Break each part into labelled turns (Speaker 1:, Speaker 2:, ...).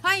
Speaker 1: 欢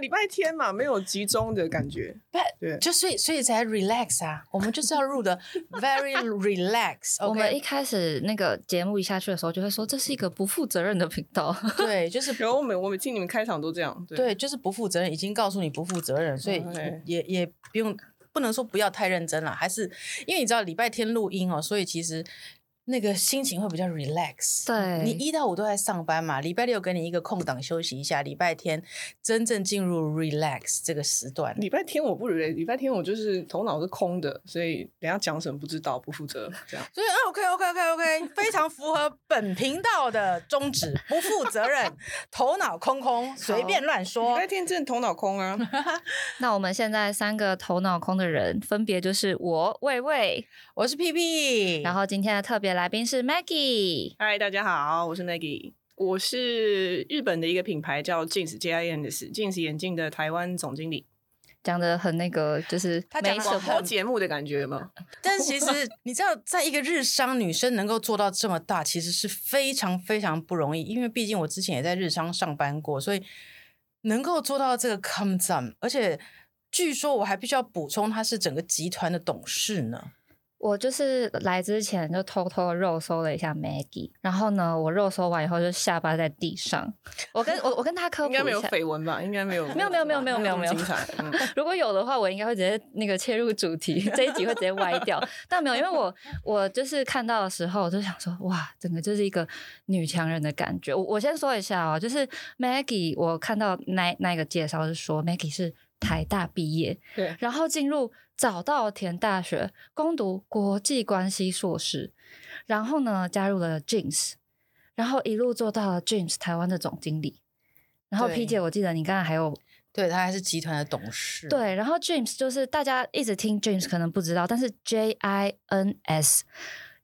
Speaker 2: 礼拜天嘛，没有集中的感觉。对，
Speaker 3: 就所以所以才 relax 啊，我们就是要入 的 very relax。
Speaker 4: 我们一
Speaker 3: OK，
Speaker 4: 开始那个节目一下去的时候，就会说这是一个不负责任的频道。
Speaker 3: 对，就是
Speaker 2: 然后我每我每听你们开场都这样，对，
Speaker 3: 对，就是不负责任，已经告诉你不负责任，所以
Speaker 2: OK
Speaker 3: 也也不用不能说不要太认真了，还是因为你知道礼拜天录音哦，所以其实那个心情会比较 relax。
Speaker 4: 对
Speaker 3: 你一到五都在上班嘛，礼拜六给你一个空档休息一下，礼拜天真正进入 relax 这个时段。
Speaker 2: 礼拜天我不 r 礼拜天我就是头脑是空的，所以等一下讲什么不知道，不负责这样。
Speaker 3: 所以啊，OK OK OK OK，非常符合本频道的宗旨，不负责 任，头脑空空，随便乱
Speaker 2: 礼
Speaker 3: 说
Speaker 2: 拜。天真的头脑空 啊，
Speaker 4: 那我们现在三个头脑空的人，分别就是我喂喂，
Speaker 3: 我是屁屁，
Speaker 4: 然后今天的特别来宾是 Maggie。
Speaker 2: 嗨，大家好，我是 Maggie。我是日本的一个品牌叫 Jins J I N S Jins 眼镜的台湾总经理，
Speaker 4: 讲的很那个，就是
Speaker 3: 他讲
Speaker 4: 没
Speaker 3: 得
Speaker 4: 什
Speaker 2: 广播
Speaker 4: 么，
Speaker 2: 节目的感觉吗？
Speaker 3: 但其 实你知道，在一个日商女生能够做到这么大，其实是非常非常不容易，因为毕竟我之前也在日商上班过，所以能够做到这个 come down，而且据说我还必须要补充，她是整个集团的董事呢。
Speaker 4: 我就是来之前就偷偷肉搜了一下 Maggie，然后呢，我肉搜完以后就下巴在地上。我跟我我跟他科
Speaker 2: 应
Speaker 4: 普一
Speaker 2: 该
Speaker 4: 下，
Speaker 2: 没有绯闻吧？应该没有，
Speaker 4: 没有没有没有没有没有没有
Speaker 2: 精彩。嗯
Speaker 4: 如果有的话，我应该会直接那个切入主题，这一集会直接歪掉。但没有，因为我我就是看到的时候，我就想说，哇，整个就是一个女强人的感觉。我我先说一下哦，就是 Maggie，我看到那那个介绍是说 Maggie 是台大毕业，
Speaker 2: 对，
Speaker 4: 然后进入早稻田大学攻读国际关系硕士，然后呢加入了 James，然后一路做到了 James 台湾的总经理。然后
Speaker 3: 对
Speaker 4: P 姐，我记得你刚才还有
Speaker 3: 对，她还是集团的董事。
Speaker 4: 对，然后 James 就是大家一直听 James 可能不知道，但是 J I N S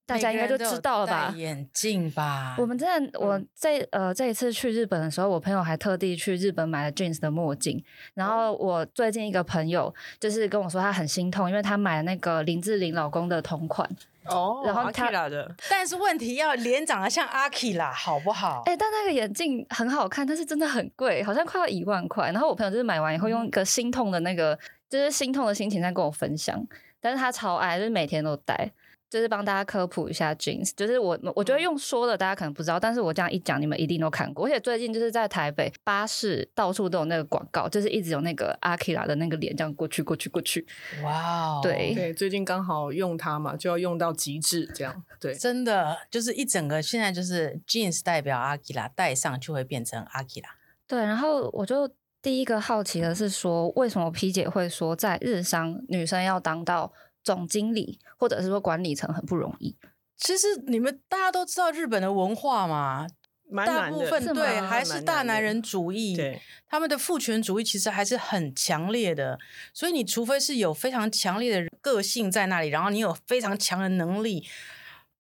Speaker 4: 大家应该就知道了吧
Speaker 3: 戴？眼镜吧，
Speaker 4: 我们真的，我这呃这一次去日本的时候，我朋友还特地去日本买了 James 的墨镜。然后我最近一个朋友就是跟我说，他很心痛，因为他买了那个林志玲老公的同款。
Speaker 2: 哦，
Speaker 4: 然后他
Speaker 2: Akira 的
Speaker 3: 但是问题要脸长得像阿 K 啦，好不好？
Speaker 4: 哎、但那个眼镜很好看，但是真的很贵，好像快要一万块。然后我朋友就是买完以后，用一个心痛的那个，就是心痛的心情在跟我分享。但是他超爱，就是每天都戴，就是帮大家科普一下 jeans。就是我，我觉得用说的大家可能不知道，但是我这样一讲，你们一定都看过。而且最近就是在台北巴士到处都有那个广告，就是一直有那个阿 Kira 的那个脸这样过去过去过去。
Speaker 3: 哇哦，
Speaker 4: 对
Speaker 2: 对，最近刚好用它嘛，就要用到极致，这样对。
Speaker 3: 真的就是一整个现在就是 jeans 代表阿 K 啦，戴上就会变成阿 K 啦。
Speaker 4: 对，然后我就第一个好奇的是说，为什么 P 姐会说在日商女生要当到总经理或者是说管理层很不容易？
Speaker 3: 其实你们大家都知道日本的文化嘛，
Speaker 2: 蛮
Speaker 3: 大
Speaker 2: 难的
Speaker 3: 部分
Speaker 4: 是吗
Speaker 3: 对
Speaker 4: 蛮
Speaker 3: 还是大男人主义，
Speaker 2: 对，
Speaker 3: 他们的父权主义其实还是很强烈的，所以你除非是有非常强烈的个性在那里，然后你有非常强的能力，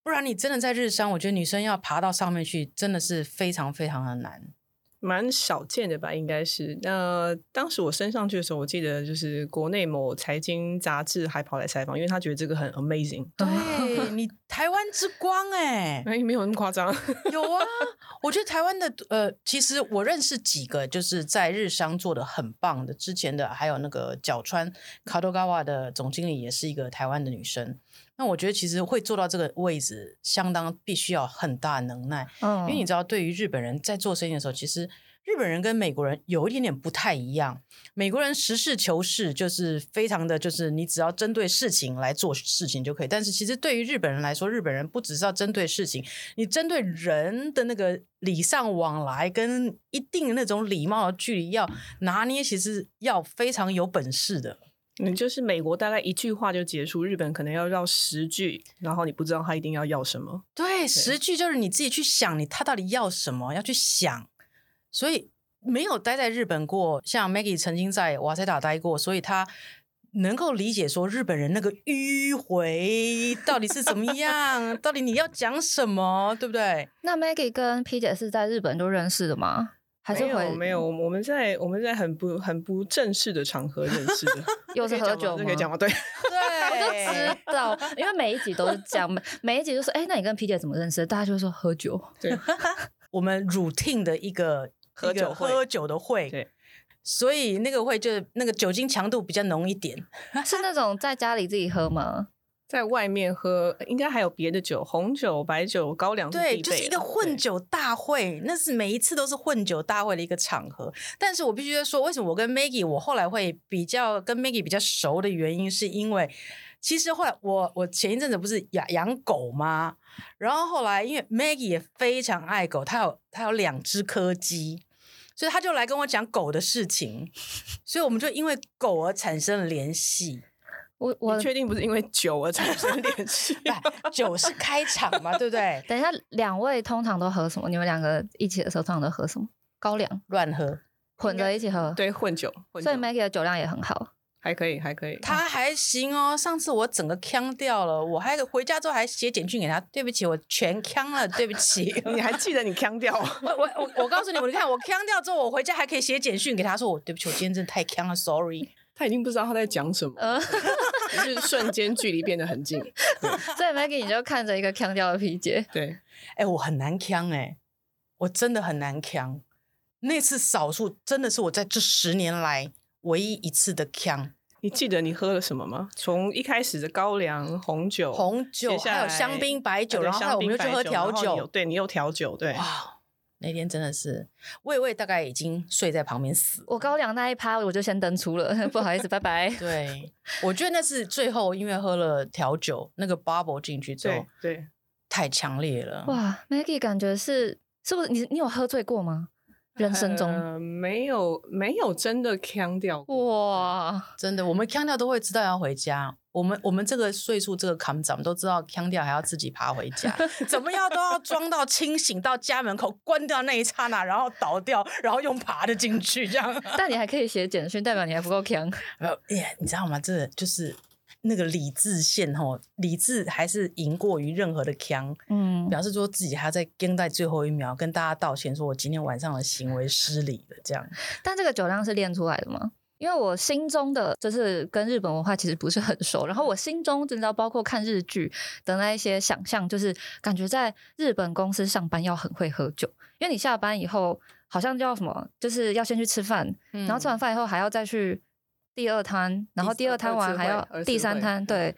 Speaker 3: 不然你真的在日商，我觉得女生要爬到上面去真的是非常非常的 难。
Speaker 2: 蛮少见的吧，应该是。那当时我升上去的时候，我记得就是国内某财经杂志还跑来采访，因为他觉得这个很 amazing。
Speaker 3: 对你台湾之光 哎、
Speaker 2: 哎，没有那么夸张，
Speaker 3: 有啊，我觉得台湾的呃，其实我认识几个就是在日商做的很棒的，之前的还有那个角川卡多嘎瓦的总经理也是一个台湾的女生。那我觉得其实会做到这个位置，相当必须要很大的能耐，因
Speaker 4: 嗯
Speaker 3: 为你知道，对于日本人在做生意的时候，其实日本人跟美国人有一点点不太一样。美国人实事求是，就是非常的，就是你只要针对事情来做事情就可以。但是其实对于日本人来说，日本人不只是要针对事情，你针对人的那个礼尚往来跟一定的那种礼貌的距离要拿捏，其实要非常有本事的。
Speaker 2: 你就是美国大概一句话就结束，日本可能要绕十句，然后你不知道他一定要要什么。
Speaker 3: 对，十句就是你自己去想，你他到底要什么，要去想。所以没有待在日本过，像 Maggie 曾经在瓦塞塔待过，所以他能够理解说日本人那个迂回到底是怎么 样，到底你要讲什么，对不对？
Speaker 4: 那 Maggie 跟 P 姐是在日本就认识的吗？还是
Speaker 2: 没有
Speaker 4: 回
Speaker 2: 没有，我们我们在我们在很不很不正式的场合认识 的，
Speaker 4: 又是喝酒
Speaker 2: 这
Speaker 4: 吗
Speaker 2: 可以？讲吗？对，
Speaker 3: 对，
Speaker 4: 知道，因为每一集都是这样，每每一集就说，哎、那你跟 P 姐怎么认识的？大家就会说喝酒。
Speaker 3: 我们 routine 的一个
Speaker 2: 喝
Speaker 3: 一个
Speaker 2: 酒会
Speaker 3: 喝酒的会，
Speaker 2: 对，
Speaker 3: 所以那个会就是那个酒精强度比较浓一点，
Speaker 4: 是那种在家里自己喝吗？
Speaker 2: 在外面喝呃应该还有别的酒，红酒、白酒、高粱
Speaker 3: 对，
Speaker 2: 必备
Speaker 3: 就是一
Speaker 2: 的
Speaker 3: 个混。酒大会，那是每一次都是混酒大会的一个场合。但是我必须要说，为什么我跟 Maggie 我后来会比较跟 Maggie 比较熟的原因，是因为其实后来我我前一阵子不是养养狗吗？然后后来因为 Maggie 也非常爱狗，她有她有两只柯基。所以她就来跟我讲狗的事情，所以我们就因为狗而产生了联系。？
Speaker 4: 我
Speaker 2: 对
Speaker 4: 我
Speaker 2: 你确定不是因为酒而产生 联系
Speaker 3: 不哎酒是开场嘛，对不对？
Speaker 4: 等一下，两位通常都喝什么？你们两个一起的时候通常都喝什么？高粱
Speaker 3: 乱喝，
Speaker 4: 混着一起喝。，
Speaker 2: 对，混酒，混酒
Speaker 4: 所以 Maggie 的酒量也很好。
Speaker 2: 还可以，还可以。
Speaker 3: 他还行哦，上次我整个呛掉了，我还回家之后还写简讯给他，对不起，我全呛了，对不起。
Speaker 2: 你还记得你腔调？
Speaker 3: 我我我我告诉你，我你看我呛掉之后，我回家还可以写简讯给他说，我对不起，我今天真的太呛了，sorry。
Speaker 2: 他已经不知道他在讲 什么，
Speaker 4: 呃，
Speaker 2: 就是瞬间距离变得很近。
Speaker 4: 所以 Maggie 你就看着一个腔调的 P 姐，
Speaker 2: 对，
Speaker 3: 哎、我很难呛哎、我真的很难呛。那次少数真的是我在这十年来唯一一次的呛，
Speaker 2: 你记得你喝了什么吗？从一开始的高粱、红酒、
Speaker 3: 红酒
Speaker 2: 接下
Speaker 3: 还
Speaker 2: 来
Speaker 3: 有香槟白酒，
Speaker 2: 对
Speaker 3: 然后还有我们就去喝
Speaker 2: 香
Speaker 3: 调
Speaker 2: 槟白然后你
Speaker 3: 酒
Speaker 2: 有，对你又调酒，对，
Speaker 3: 哇，哦那天真的是魏魏大概已经睡在旁边死了。
Speaker 4: 我高粱那一趴我就先登出了， 不好意思，拜拜。
Speaker 3: 对，我觉得那是最后，因为喝了调酒那个 bubble 进去之
Speaker 2: 对
Speaker 3: 后
Speaker 2: 对，
Speaker 3: 太强烈了。
Speaker 4: 哇，Maggie 感觉是是不是你你有喝醉过吗？人生 中、
Speaker 2: 呃没有没有真的腔调过，
Speaker 4: 哇，
Speaker 3: 真的，我们腔调都会知道要回家。我们我们这个岁数，这个坎长都知道腔调还要自己爬回 家，怎么样都要装到清醒，到家门口关掉那一刹那，然后倒掉，然后用爬的进去，这样。
Speaker 4: 但你还可以写简讯，代表你还不够强。
Speaker 3: 没有，耶你知道吗？这个就是那个理智线吼，理智还是赢过于任何的腔。
Speaker 4: 嗯，
Speaker 3: 表示说自己还要在跟在最后一秒跟大家道歉，说我今天晚上的行为失礼了，这样。
Speaker 4: 但这个酒量是练出来的吗？因为我心中的就是跟日本文化其实不是很熟，然后我心中真的包括看日剧的那一些想象，就是感觉在日本公司上班要很会喝酒，因为你下班以后好像就要什么，就是要先去吃饭，
Speaker 3: 然
Speaker 4: 然后吃
Speaker 2: 嗯
Speaker 4: 完饭以后还要再去第二摊，然后第二摊完还要
Speaker 2: 二次会嗯
Speaker 4: 第三摊，对，嗯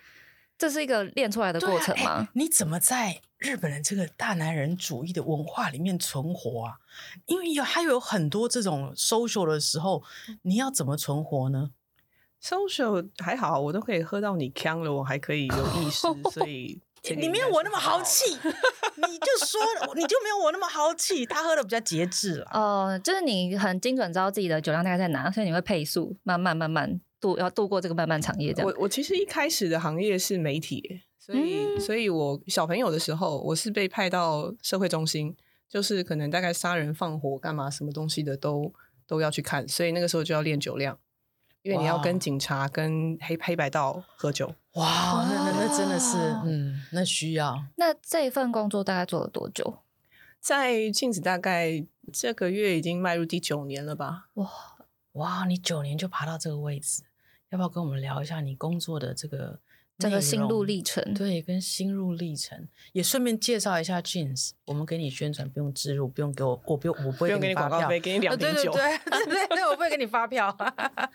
Speaker 4: 这是一个练出来的过程 吗？
Speaker 3: 啊哎你怎么在日本人这个大男人主义的文化里面存活啊？因为有还有很多这种 social 的时候，你要怎么存活呢？
Speaker 2: social 还好，我都可以喝到你呛了，我还可以有意识，所以这个
Speaker 3: 你没有
Speaker 2: 应该是
Speaker 3: 我那么
Speaker 2: 还好
Speaker 3: 豪气，你就说你就没有我那么豪气。他喝的比较节制了，
Speaker 4: 哦，就是你很精准知道自己的酒量大概在哪，所以你会配速，慢慢慢慢度要度过这个漫漫长夜这样。
Speaker 2: 我我其实一开始的行业是媒体耶，所以、所以我小朋友的时候，我是被派到社会中心，就是可能大概杀人放火干嘛什么东西的都都要去看，所以那个时候就要练酒量，因为你要
Speaker 3: 哇
Speaker 2: 跟警察、跟黑黑白道喝酒。
Speaker 3: 哇，那那那真的是
Speaker 4: 哇，
Speaker 3: 嗯，那需要。
Speaker 4: 那这份工作大概做了多久？
Speaker 2: 在镜子大概这个月已经迈入第九年了吧？
Speaker 3: 哇，你九年就爬到这个位置，要不要跟我们聊一下你工作的这个
Speaker 4: 整个
Speaker 3: 内
Speaker 4: 心路
Speaker 3: 容
Speaker 4: 历程
Speaker 3: 对，跟心路历程，也顺便介绍一下 Jeans。我们给你宣传，不用植入，不用给我，我不用，我不
Speaker 2: 不
Speaker 3: 会
Speaker 2: 用给你呃
Speaker 3: 发
Speaker 2: 广
Speaker 3: 票
Speaker 2: 告费，给你
Speaker 3: 啊
Speaker 2: 两
Speaker 3: 对
Speaker 2: 瓶
Speaker 3: 对
Speaker 2: 酒。
Speaker 3: 对对对对，我不会给你发票。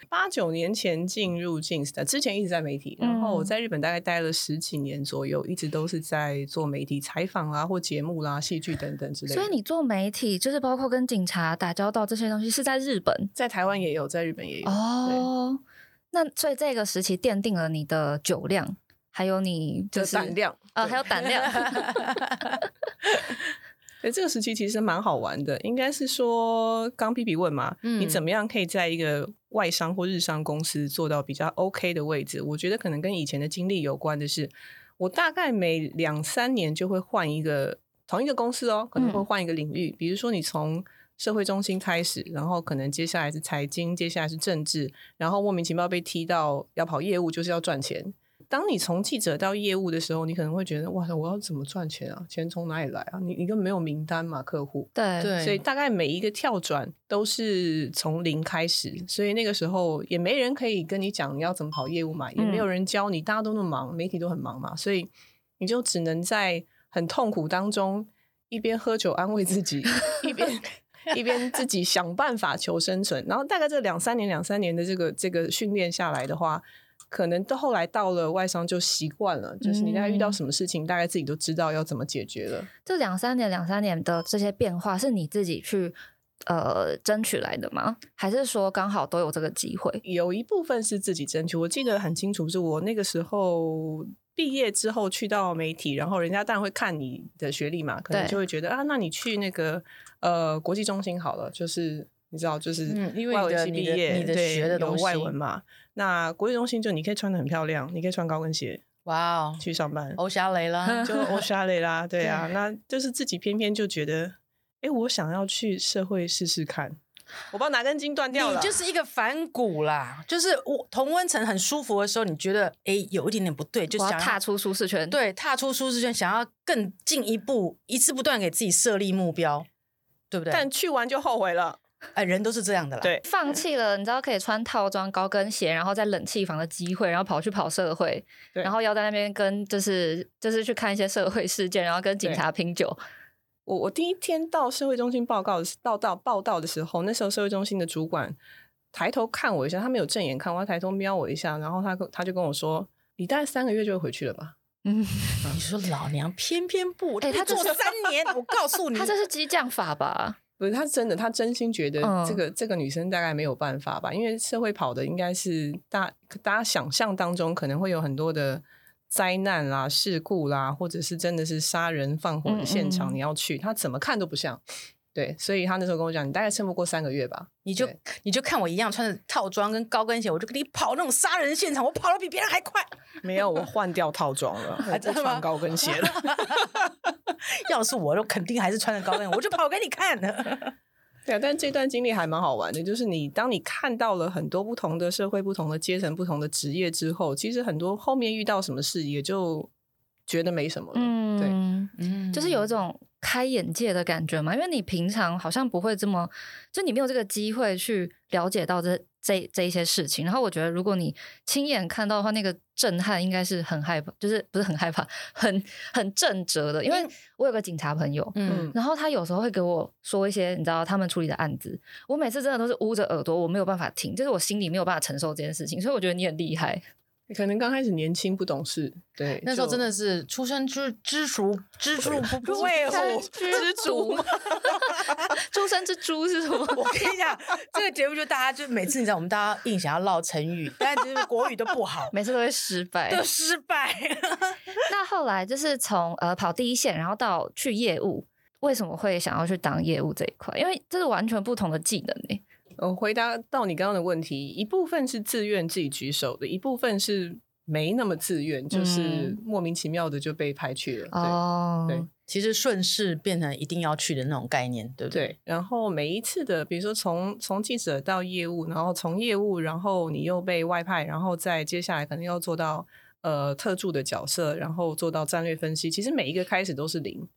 Speaker 2: 八九年前进入 Jeans 的，之前一直在媒体，
Speaker 4: 嗯
Speaker 2: 然后我在日本大概待了十几年左右，一直都是在做媒体采访啦、或节目啦、戏剧等等之类的。
Speaker 4: 所以你做媒体，就是包括跟警察打交道这些东西，是在日本
Speaker 2: 在台湾也有，在日本也有。
Speaker 4: 哦。那所以这个时期奠定了你的酒量，还有你
Speaker 2: 就
Speaker 4: 就是
Speaker 2: 胆量
Speaker 4: 啊，还有胆量。
Speaker 2: 对，这个时期其实蛮好玩的，应该是说刚 B B 问嘛，
Speaker 3: 嗯
Speaker 2: 你怎么样可以在一个外商或日商公司做到比较 OK 的位置？我觉得可能跟以前的经历有关的是，我大概每两三年就会换一个同一个公司哦，可能会换一个领域，比如说你从。社会中心开始，然后可能接下来是财经，接下来是政治，然后莫名其妙被踢到要跑业务，就是要赚钱。当你从记者到业务的时候，你可能会觉得哇，我要怎么赚钱啊？钱从哪里来啊？你你根本没有名单嘛，客户。
Speaker 4: 对
Speaker 3: 对，
Speaker 2: 所以大概每一个跳转都是从零开始，所以那个时候也没人可以跟你讲你要怎么跑业务嘛，也没有人教你，大家都那么忙，媒体都很忙嘛，所以你就只能在很痛苦当中一边喝酒安慰自己，一边。一边自己想办法求生存，然后大概这两三年、两三年的这个这个训练下来的话，可能到后来到了外商就习惯了，就是你大概遇到什么事情，大概自己都知道要怎么解决了。
Speaker 4: 这两三年、两三年的这些变化，是你自己去呃争取来的吗？还是说刚好都有这个机会？
Speaker 2: 有一部分是自己争取，我记得很清楚，是我那个时候毕业之后去到媒体，然后人家当然会看你的学历嘛，可能
Speaker 4: 对
Speaker 2: 就会觉得啊，那你去那个呃国际中心好了，就是你知道，就是
Speaker 3: 嗯因为
Speaker 2: 外
Speaker 3: 你
Speaker 2: 文
Speaker 3: 的
Speaker 2: 系
Speaker 3: 你
Speaker 2: 毕
Speaker 3: 的
Speaker 2: 业，
Speaker 3: 你的
Speaker 2: 对
Speaker 3: 学的
Speaker 2: 有
Speaker 3: 东西
Speaker 2: 外文嘛，那国际中心就你可以穿的很漂亮，你可以穿高跟鞋
Speaker 3: 哇哦，
Speaker 2: 去上班，
Speaker 3: 欧霞雷 啦，
Speaker 2: 就我沙雷啦，对啊，那就是自己偏偏就觉得，哎，我想要去社会试试看，我不知道哪根筋断掉了，
Speaker 3: 你就是一个反骨啦，就是我同温层很舒服的时候，你觉得哎、诶有一点点不对，就
Speaker 4: 我
Speaker 3: 想
Speaker 4: 要踏出舒适圈。，
Speaker 3: 对踏出舒适圈，想要更进一步，一次不断给自己设立目标，对不对？
Speaker 2: 但去完就后悔了，
Speaker 3: 哎、人都是这样的啦。
Speaker 2: 对。
Speaker 4: 放弃了你知道可以穿套装、高跟鞋，然后在冷气房的机会，然后跑去跑社会，
Speaker 2: 对
Speaker 4: 然后要在那边跟就是就是去看一些社会事件，然后跟警察拼酒。
Speaker 2: 我我第一天到社会中心报告的时报道报道的时候，那时候社会中心的主管抬头看我一下，他没有正眼看我，他抬头瞄我一下，然后他跟他就跟我说：“你大概三个月就会回去了吧
Speaker 4: 嗯，
Speaker 3: 你说老娘偏偏不，
Speaker 4: 哎
Speaker 3: 我
Speaker 4: 他
Speaker 3: 做
Speaker 4: 就是
Speaker 3: 三年，我告诉你，
Speaker 4: 他这是激将法吧？？”
Speaker 2: 不是，他真的，他真心觉得
Speaker 4: 嗯
Speaker 2: 这个、这个女生大概没有办法吧，因为社会跑的应该是大大家想象当中可能会有很多的灾难啦、事故啦，或者是真的是杀人放火的现
Speaker 4: 嗯嗯
Speaker 2: 场，你要去，他怎么看都不像。对，所以他那时候跟我讲，你大概撑不过三个月吧。
Speaker 3: 你就
Speaker 2: 对
Speaker 3: 你就看我一样穿着套装跟高跟鞋，我就跟你跑那种杀人现场，我跑得比别人还快，
Speaker 2: 没有，我换掉套装 了，我
Speaker 3: 真
Speaker 2: 不
Speaker 3: 的吗
Speaker 2: 穿高跟鞋 了。
Speaker 3: 要是我，我肯定还是穿着高跟鞋，我就跑给你看的。
Speaker 2: 对啊，但这段经历还蛮好玩的，就是你当你看到了很多不同的社会、不同的阶层、不同的职业之后，其实很多后面遇到什么事也就觉得没什么了。对。
Speaker 4: 嗯，
Speaker 3: 嗯
Speaker 4: 就是有一种开眼界的感觉嘛，因为你平常好像不会这么，就你没有这个机会去了解到这这这一些事情。然后我觉得，如果你亲眼看到的话，那个震撼应该是很害怕，就是不是很害怕，很很震折的。因为我有个警察朋友。
Speaker 3: 嗯，
Speaker 4: 然后他有时候会给我说一些你知道他们处理的案子，我每次真的都是捂着耳朵，我没有办法听，就是我心里没有办法承受这件事情，所以我觉得你很厉害。
Speaker 2: 可能刚开始年轻不懂事，对，
Speaker 3: 那时候
Speaker 2: 就
Speaker 3: 真的是出生之知足，知足不
Speaker 2: 畏
Speaker 3: 虎
Speaker 2: 虎
Speaker 4: 之足， 出生之猪是什么？，
Speaker 3: 我跟你讲，这个节目就大家就每次你知道，我们大家硬想要唠成语，但其实国语都不好
Speaker 4: 每次都会失败，
Speaker 3: 都失败。
Speaker 4: 那后来就是从呃跑第一线，然后到去业务，为什么会想要去当业务这一块？因为这是完全不同的技能欸诶、
Speaker 2: 呃，回答到你刚刚的问题，一部分是自愿自己举手的，一部分是没那么自愿，就是
Speaker 4: 嗯
Speaker 2: 莫名其妙的就被派去了。对。
Speaker 4: 哦，
Speaker 2: 对
Speaker 3: 其实顺势变成一定要去的那种概念，对不对？
Speaker 2: 对，然后每一次的，比如说从从记者到业务，然后从业务，然后你又被外派，然后再接下来可能要做到呃特助的角色，然后做到战略分析。其实每一个开始都是零。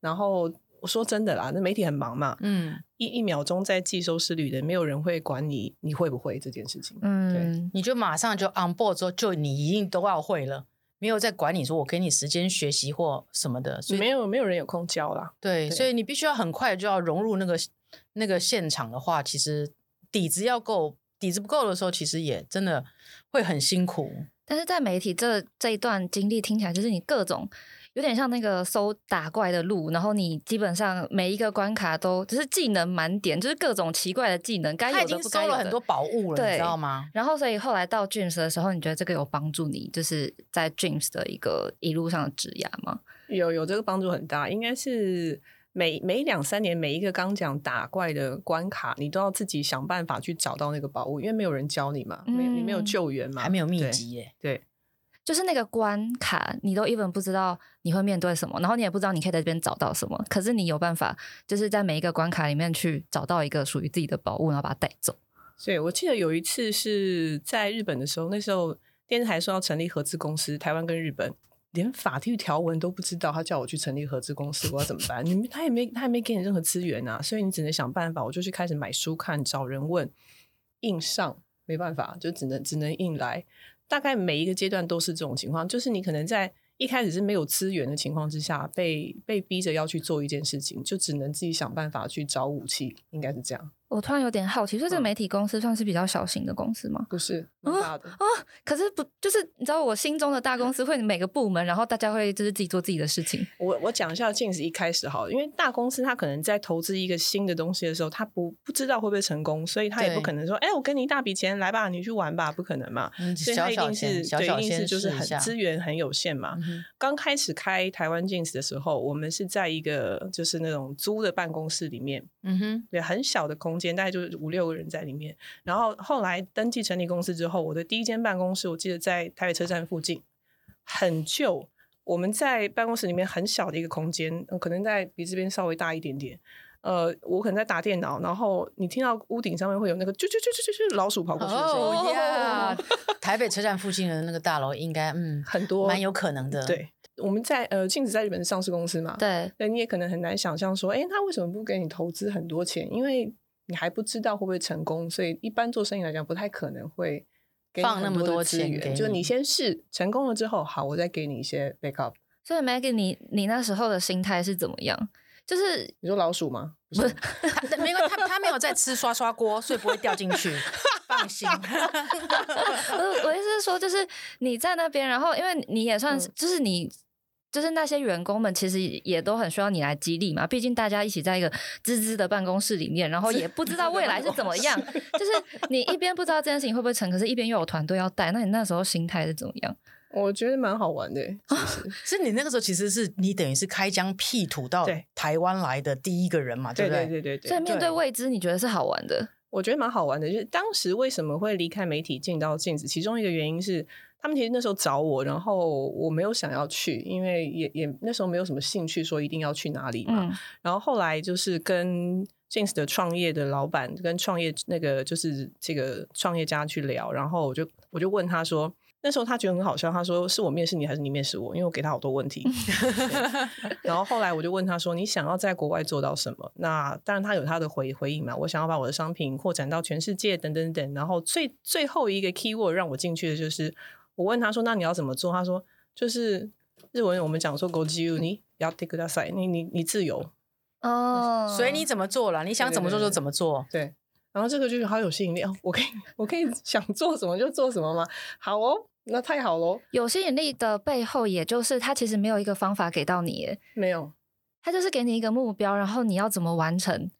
Speaker 2: 然后我说真的啦，那媒体很忙嘛，
Speaker 3: 嗯，
Speaker 2: 一一秒钟在记收视率的，没有人会管你你会不会这件事情。
Speaker 4: 嗯，
Speaker 3: 你就马上就 on board 之后，就你一定都要会了，没有在管你说我给你时间学习或什么的，所以
Speaker 2: 没有没有人有空教啦，
Speaker 3: 对，
Speaker 2: 对
Speaker 3: 所以你必须要很快就要融入那个那个现场的话，其实底子要够，底子不够的时候，其实也真的会很辛苦。
Speaker 4: 但是在媒体这这一段经历听起来，就是你各种有点像那个搜打怪的路，然后你基本上每一个关卡都就是技能满点，就是各种奇怪的技能，该
Speaker 3: 他已
Speaker 4: 有的
Speaker 3: 经
Speaker 4: 不该
Speaker 3: 收
Speaker 4: 有
Speaker 3: 了
Speaker 4: 的
Speaker 3: 很多宝物了，
Speaker 4: 对
Speaker 3: 你知道吗？
Speaker 4: 然后，所以后来到 James 的时候，你觉得这个有帮助你，就是在 James 的一个一路上的职涯吗？
Speaker 2: 有有这个帮助很大，应该是每每两三年每一个刚讲打怪的关卡，你都要自己想办法去找到那个宝物，因为没有人教你嘛，没有你没有
Speaker 4: 嗯
Speaker 2: 救援嘛，
Speaker 3: 还没有秘
Speaker 2: 对。
Speaker 3: 籍耶，
Speaker 2: 对，
Speaker 4: 就是那个关卡，你都 even 不知道你会面对什么，然后你也不知道你可以在这边找到什么，可是你有办法，就是在每一个关卡里面去找到一个属于自己的宝物，然后把它带走。
Speaker 2: 对，我记得有一次是在日本的时候，那时候电视台说要成立合资公司，台湾跟日本连法律条文都不知道，他叫我去成立合资公司，我要怎么办？你们他也没他也没给你任何资源啊，所以你只能想办法。我就去开始买书看，找人问，硬上没办法，就只能只能硬来。大概每一个阶段都是这种情况，就是你可能在一开始是没有资源的情况之下，被被逼着要去做一件事情，就只能自己想办法去找武器，应该是这样，
Speaker 4: 我突然有点好奇，所以这个
Speaker 2: 嗯
Speaker 4: 媒体公司算是比较小型的公司吗？
Speaker 2: 不是蛮大的。
Speaker 4: 啊、可是不就是你知道我心中的大公司会每个部门，然后大家会就是自己做自己的事情。
Speaker 2: 我我讲一下 Jeans 一开始好了因为大公司它可能在投资一个新的东西的时候，它不不知道会不会成功，所以它也
Speaker 3: 对
Speaker 2: 不可能说，哎、我给你一大笔钱来吧，你去玩吧，不可能嘛。
Speaker 3: 嗯
Speaker 2: 所以
Speaker 3: 小
Speaker 2: 它一
Speaker 3: 小
Speaker 2: 定
Speaker 3: 先
Speaker 2: 是
Speaker 3: 小
Speaker 2: 对，
Speaker 3: 小
Speaker 2: 一定
Speaker 3: 先
Speaker 2: 是就是
Speaker 3: 试一
Speaker 2: 很
Speaker 3: 下。
Speaker 2: 资源很有限嘛
Speaker 3: 嗯。哼
Speaker 2: 刚开始开台湾 Jeans 的时候，我们是在一个就是那种租的办公室里面，
Speaker 3: 嗯哼，
Speaker 2: 对，很小的空间，大概就是五六个人在里面。然后后来登记成立公司之后，我的第一间办公室，我记得在台北车站附近，很旧。我们在办公室里面很小的一个空间，呃可能在比这边稍微大一点点。呃，我可能在打电脑，然后你听到屋顶上面会有那个啾啾啾啾啾啾老鼠跑过去的声音
Speaker 3: 哦呀，台北车站附近的那个大楼应该嗯
Speaker 2: 很多，
Speaker 3: 蛮有可能的。，
Speaker 2: 对。我们在呃，镜子在日本是上市公司嘛，
Speaker 4: 对，
Speaker 2: 对，你也可能很难想象说，哎，他为什么不给你投资很多钱？因为你还不知道会不会成功，所以一般做生意来讲，不太可能会给你
Speaker 3: 放那
Speaker 2: 很
Speaker 3: 么
Speaker 2: 多
Speaker 3: 多
Speaker 2: 的资
Speaker 3: 钱
Speaker 2: 源
Speaker 3: 给
Speaker 2: 就是
Speaker 3: 你
Speaker 2: 你先试成功了之后，好，我再给你一些 backup。
Speaker 4: 所以 Maggie，你你那时候的心态是怎么样？就是
Speaker 2: 你说老鼠吗？不是，
Speaker 3: 他但没关他他没有在吃刷刷锅，所以不会掉进 去，放心。
Speaker 4: 我呃我意思是说，就是你在那边，然后因为你也算是，就是你。就是那些员工们其实也都很需要你来激励嘛，毕竟大家一起在一个滋滋的办公室里面，然后也不知道未来是怎么样。就是你一边不知道这件事情会不会成，可是一边又有团队要带，那你那时候心态是怎么样？
Speaker 2: 我觉得蛮好玩的，
Speaker 3: 哦
Speaker 2: 其实。
Speaker 3: 是你那个时候其实是你等于是开疆辟土到
Speaker 2: 对
Speaker 3: 台湾来的第一个人嘛，
Speaker 2: 对
Speaker 3: 不对？
Speaker 2: 对对对
Speaker 4: 所以
Speaker 2: 对，
Speaker 4: 面对
Speaker 3: 对
Speaker 4: 未知，你觉得是好玩的？
Speaker 2: 我觉得蛮好玩的。就是当时为什么会离开媒体进到镜子，其中一个原因是。他们其实那时候找我，然后我没有想要去，因为也也那时候没有什么兴趣，说一定要去哪里嘛。
Speaker 4: 嗯，
Speaker 2: 然后后来就是跟 Jeans 的创业的老板跟创业那个就是这个创业家去聊，然后我就我就问他说，那时候他觉得很好笑，他说是我面试你还是你面试我？因为我给他好多问题。对然后后来我就问他说，你想要在国外做到什么？那当然他有他的回回应嘛，我想要把我的商品扩展到全世界等等等。然后最最后一个 keyword 让我进去的就是，我问他说，那你要怎么做？他说就是。日文我们讲说 “go you”，你要 take that side，你你你自由，
Speaker 4: 哦，
Speaker 3: 随嗯你怎么做了，你想怎么做就怎么做。
Speaker 2: 对，然后这个就是好有吸引力哦，我可以我可以 想做什么就做什么吗？好哦，那太好喽。
Speaker 4: 有吸引力的背后，也就是它其实没有一个方法给到你耶，
Speaker 2: 没有，
Speaker 4: 它就是给你一个目标，然后你要怎么完成，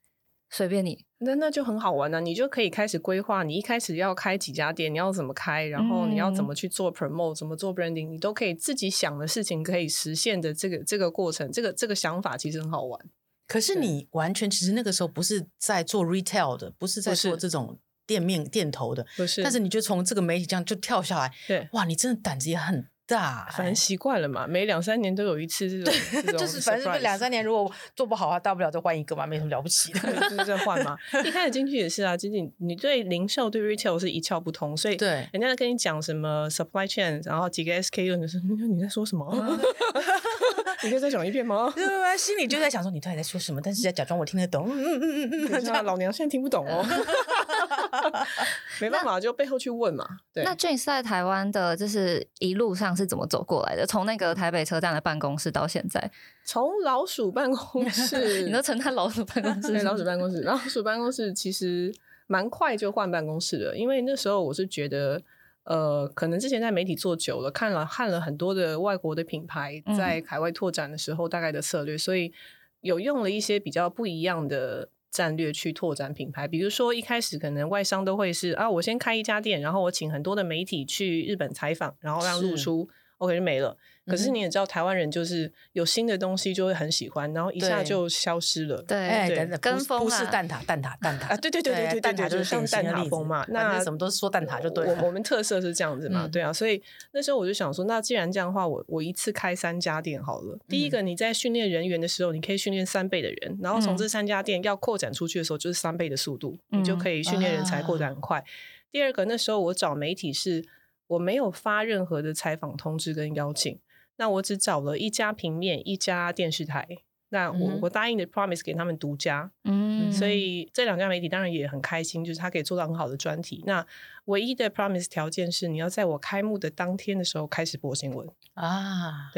Speaker 4: 随便你。
Speaker 2: 那那就很好玩了、啊你就可以开始规划，你一开始要开几家店，你要怎么开，然后你要
Speaker 3: 嗯
Speaker 2: 怎么去做 promote，、怎么做 branding，你都可以自己想的事情可以实现的这个这个过程，这个这个想法其实很好玩。
Speaker 3: 可是你完全其实那个时候不是在做 retail 的，不是在
Speaker 2: 不是
Speaker 3: 做这种店面店头的，
Speaker 2: 不是，
Speaker 3: 但是你就从这个媒体这样就跳下来，
Speaker 2: 对。
Speaker 3: 哇，你真的胆子也很大、哎
Speaker 2: 反正习惯了嘛，每两三年都有一次这种，这种
Speaker 3: 就是反正
Speaker 2: surprise
Speaker 3: 两三年如果做不好啊，大不了再换一个嘛，没什么了不 起的。
Speaker 2: 就是在换嘛。一开始进去也是啊，其实你你对零售对 retail 是一窍不通，所以
Speaker 3: 对
Speaker 2: 人家在跟你讲什么 supply chain，然后几个 SKU，你就说哎你你在说什么？啊 你可以再讲一遍吗？
Speaker 3: 对对对，心里就在想说你到底在说什么，但是要假装我听得懂。嗯嗯 嗯嗯
Speaker 2: 等一
Speaker 3: 嗯，这
Speaker 2: 下，
Speaker 3: 样
Speaker 2: 老娘现在听不懂 哦。没办法，就背后去问嘛。对，
Speaker 4: 那 James 在台湾的，就是一路上是怎么走过来的？从那
Speaker 2: 嗯
Speaker 4: 个台北车站的办公室到现在，
Speaker 2: 从老鼠办公 室，
Speaker 4: 你都称他老鼠办公室
Speaker 2: 对，，老鼠办公室，老鼠办公室其实蛮快就换办公室了，因为那时候我是觉得，呃，可能之前在媒体做久了，看了看了很多的外国的品牌
Speaker 4: 嗯
Speaker 2: 在海外拓展的时候大概的策略，所以有用了一些比较不一样的。战略去拓展品牌，比如说一开始可能外商都会是啊，我先开一家店，然后我请很多的媒体去日本采访，然后让
Speaker 3: 是
Speaker 2: 露出，OK 就没了。可是你也知道，台湾人就是有新的东西就会很喜欢，然后一下
Speaker 3: 对
Speaker 2: 就消失了。
Speaker 4: 对，
Speaker 3: 哎，
Speaker 2: 对
Speaker 3: 等等，
Speaker 4: 跟
Speaker 3: 葡
Speaker 4: 风
Speaker 3: 葡
Speaker 4: 啦
Speaker 3: 式蛋挞，蛋挞，蛋挞
Speaker 2: 啊，对对对对对
Speaker 3: 蛋
Speaker 2: 对
Speaker 3: 挞
Speaker 2: 对，
Speaker 3: 就
Speaker 2: 就是
Speaker 3: 典
Speaker 2: 像
Speaker 3: 型
Speaker 2: 蛋
Speaker 3: 的例
Speaker 2: 挞
Speaker 3: 子
Speaker 2: 风嘛。
Speaker 3: 反正
Speaker 2: 那
Speaker 3: 什么都是说蛋挞就对
Speaker 2: 我
Speaker 3: 了。
Speaker 2: 我们特色是这样子嘛，
Speaker 3: 嗯
Speaker 2: 对啊。所以那时候我就想说，那既然这样的话，我我一次开三家店好了。第
Speaker 3: 嗯
Speaker 2: 一个，你在训练人员的时候，你可以训练三倍的人，然后从这
Speaker 3: 嗯
Speaker 2: 三家店要扩展出去的时候，就是三倍的速度，你就
Speaker 4: 嗯
Speaker 2: 可以训练人才扩
Speaker 3: 啊
Speaker 2: 展很快。第二个，那时候我找媒体是，我没有发任何的采访通知跟邀请，那我只找了一家平面，一家电视台。那我、
Speaker 3: 嗯哼
Speaker 2: 我答应的 promise 给他们独家，
Speaker 4: 嗯，
Speaker 2: 所以这两家媒体当然也很开心，就是他可以做到很好的专题。那唯一的 promise 条件是，你要在我开幕的当天的时候开始播新闻。
Speaker 3: 啊，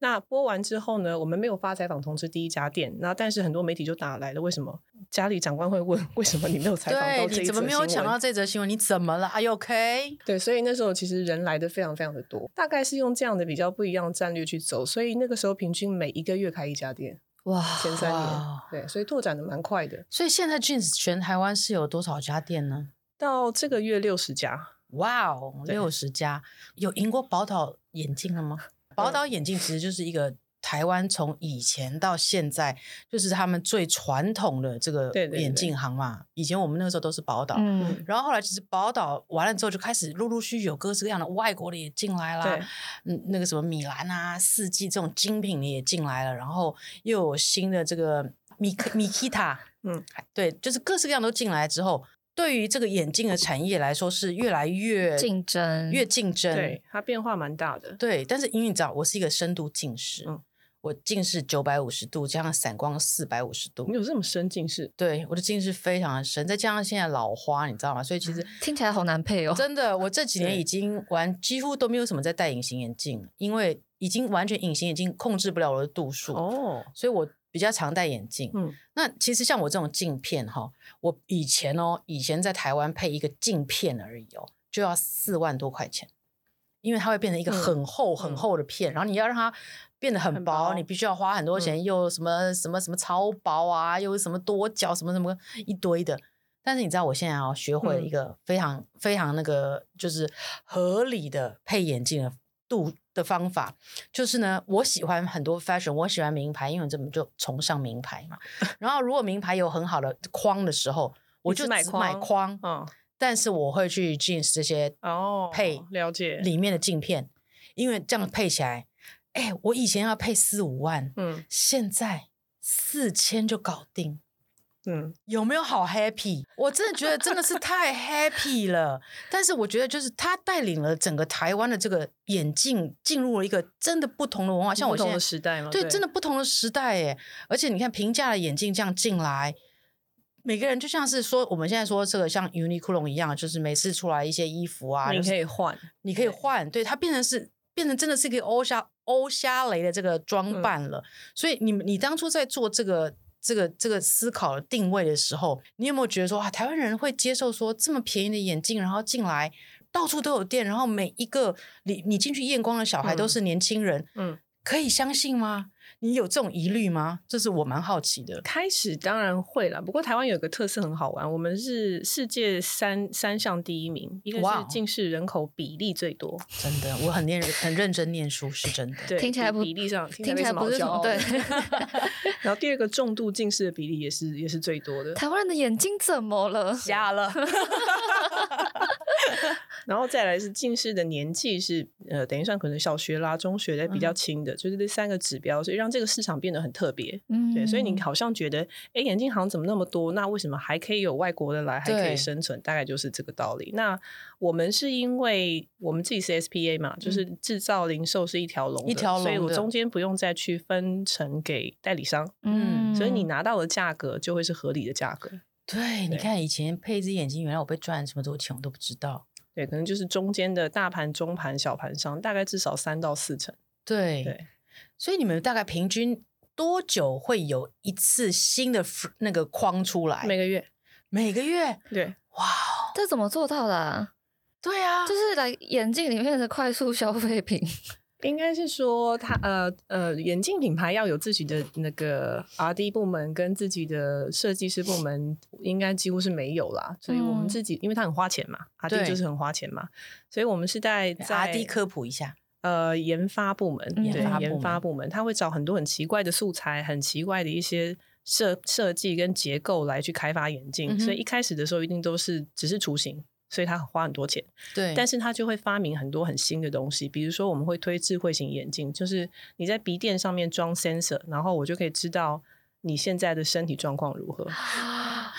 Speaker 2: 那播完之后呢，我们没有发采访通知第一家店，那但是很多媒体就打来了，为什么？家里长官会问， 为什么你没有采访
Speaker 3: 对
Speaker 2: 到这
Speaker 3: 你
Speaker 2: 一则
Speaker 3: 怎么没有
Speaker 2: 新
Speaker 3: 抢
Speaker 2: 闻
Speaker 3: 到这则新闻？你怎么了？Are you OK？
Speaker 2: 对，所以那时候其实人来的非常非常的多，大概是用这样的比较不一样的战略去走，所以那个时候平均每一个月开一家店，
Speaker 4: 哇，
Speaker 2: 前三年，
Speaker 3: 哇
Speaker 2: 对，所以拓展的蛮快的，
Speaker 3: 所以现在 Jeans 全台湾是有多少家店呢？
Speaker 2: 到这个月六十家，
Speaker 3: 哇哦，
Speaker 2: 对
Speaker 3: 六十家，有赢过宝岛眼镜了吗？宝岛眼镜其实就是一个台湾从以前到现在，就是他们最传统的这个
Speaker 2: 对对对
Speaker 3: 眼镜行嘛。以前我们那个时候都是宝岛，
Speaker 4: 嗯，
Speaker 3: 然后后来其实宝岛完了之后，就开始陆陆续续有各式各样的外国的也进来啦
Speaker 2: 对，
Speaker 3: 嗯，那个什么米兰啊、四季这种精品的也进来了，然后又有新的这个米克米基塔，哎
Speaker 2: 嗯，
Speaker 3: 对，就是各式各样都进来之后，对于这个眼镜的产业来说是越来越
Speaker 4: 竞争
Speaker 3: 越竞争，
Speaker 2: 对，它变化蛮大的。
Speaker 3: 对，但是因为你知道，我是一个深度近视，
Speaker 2: 嗯
Speaker 3: 我近视九百五十度，加上散光四百五十度
Speaker 2: 你，有这么深近视？
Speaker 3: 对，我的近视非常的深，再加上现在老花，你知道吗？所以其
Speaker 2: 啊
Speaker 3: 实。
Speaker 4: 听起来好难配哦，
Speaker 3: 真的，我这几年
Speaker 2: 对
Speaker 3: 已经完几乎都没有什么在戴隐形眼镜了，因为已经完全隐形眼镜控制不了我的度数，
Speaker 2: 哦，
Speaker 3: 所以我比较常戴眼镜。
Speaker 2: 嗯，
Speaker 3: 那其实像我这种镜片哈，我以前哦，以前在台湾配一个镜片而已哦，就要四万多块钱，因为它会变成一个
Speaker 2: 嗯
Speaker 3: 很厚很
Speaker 2: 嗯
Speaker 3: 厚的片，然后你要让它变得很
Speaker 2: 很
Speaker 3: 薄，
Speaker 2: 薄嗯
Speaker 3: 你必须要花很多钱，又什么什么什么超薄啊，又什么多角什么什么一堆的。但是你知道，我现在哦，学会了一
Speaker 2: 嗯
Speaker 3: 个非常、非常那个就是合理的配眼镜的度的方法，就是呢，我喜欢很多 fashion，我喜欢名牌，因为我这么就崇尚名牌嘛。然后如果名牌有很好的框的时候，我
Speaker 2: 你只
Speaker 3: 就
Speaker 2: 买
Speaker 3: 只
Speaker 2: 框
Speaker 3: 买框，
Speaker 2: 哦
Speaker 3: 但是我会去 jeans 这些
Speaker 2: 哦，
Speaker 3: 配
Speaker 2: 了解，
Speaker 3: 里面的镜片，因为这样配起来，哎，我以前要配四五万，
Speaker 2: 嗯
Speaker 3: 现在四千就搞定。
Speaker 2: 嗯，
Speaker 3: 有没有好 happy？我真的觉得真的是太 happy 了。但是我觉得就是他带领了整个台湾的这个眼镜进入了一个真的不同的文化，像我
Speaker 2: 不
Speaker 3: 现
Speaker 2: 同
Speaker 3: 在
Speaker 2: 的时代嘛，
Speaker 3: 对
Speaker 2: 对，
Speaker 3: 真的不同的时代耶。而且你看平价的眼镜这样进来，每个人就像是说我们现在说这个像 Uniqlo 一样，就是每次出来一些衣服啊，
Speaker 2: 你
Speaker 3: 就是
Speaker 2: 可以换，
Speaker 3: 你可以换，对它变成是变成真的是一个欧虾欧虾雷的这个装扮了。所以你们你当初在做这个这个这个思考的定位的时候，你有没有觉得说啊，台湾人会接受说这么便宜的眼镜，然后进来到处都有店，然后每一个你你进去验光的小孩
Speaker 2: 嗯
Speaker 3: 都是年轻人，
Speaker 2: 嗯。
Speaker 3: 可以相信吗？你有这种疑虑吗？这是我蛮好奇的。
Speaker 2: 开始当然会啦，不过台湾有个特色很好玩，我们是世界三三项第一名，一个
Speaker 3: 哇哦
Speaker 2: 是近视人口比例最多，
Speaker 3: 真的，我很念很认真念书，是真的。
Speaker 2: 对，
Speaker 4: 听起来
Speaker 2: 比
Speaker 4: 不
Speaker 2: 比例上
Speaker 4: 听起来不是什么对
Speaker 2: 对。。然后第二个重度近视的比例也是也是最多 的，
Speaker 4: 台湾人的眼睛怎么了？
Speaker 3: 瞎了，
Speaker 2: 然后再来是近视的年纪是呃，等于算可能小学啦、中学的比较
Speaker 3: 嗯
Speaker 2: 轻的，就是这三个指标，所以让这个市场变得很特别。
Speaker 4: 嗯，
Speaker 2: 对，所以你好像觉得，哎，眼镜行怎么那么多？那为什么还可以有外国人来，还可
Speaker 3: 对
Speaker 2: 以生存？大概就是这个道理。那我们是因为我们自己是 SPA 嘛，就是制造零售是一条龙的，
Speaker 3: 嗯一条
Speaker 2: 所以
Speaker 3: 龙
Speaker 2: 我
Speaker 3: 的
Speaker 2: 中间不用再去分成给代理商，
Speaker 3: 嗯
Speaker 2: 所以你拿到的价格就会是合理的价格。
Speaker 3: 对，你
Speaker 2: 对
Speaker 3: 看以前配一只眼睛，原来我被赚这么多钱，我都不知道。
Speaker 2: 对，可能就是中间的大盘、中盘、小盘商，大概至少三到四成。
Speaker 3: 对，
Speaker 2: 对
Speaker 3: 所以你们大概平均多久会有一次新的 fr- 那个框出来？
Speaker 2: 每个月，
Speaker 3: 每个月？
Speaker 2: 对，
Speaker 3: 哇哦，
Speaker 4: 这怎么做到的啊？
Speaker 3: 对啊，
Speaker 4: 就是来眼镜里面的快速消费品，
Speaker 2: 应该是说它呃呃，眼镜品牌要有自己的那个 R D 部门跟自己的设计师部门，应该几乎是没有啦。所以我们
Speaker 4: 嗯
Speaker 2: 自己，因为它很花钱嘛，R D
Speaker 3: 对
Speaker 2: 就是很花钱嘛，所以我们是在在
Speaker 3: 阿迪科普一下，
Speaker 2: 呃研发部门，
Speaker 4: 嗯研
Speaker 2: 对
Speaker 4: 发部门
Speaker 2: 研发部门，他会找很多很奇怪的素材，很奇怪的一些设设计跟结构来去开发眼镜，
Speaker 3: 嗯哼
Speaker 2: 所以一开始的时候一定都是只是雏形。所以他花很多钱，
Speaker 3: 对，
Speaker 2: 但是他就会发明很多很新的东西，比如说我们会推智慧型眼镜，就是你在鼻垫上面装 sensor，然后我就可以知道你现在的身体状况如何。啊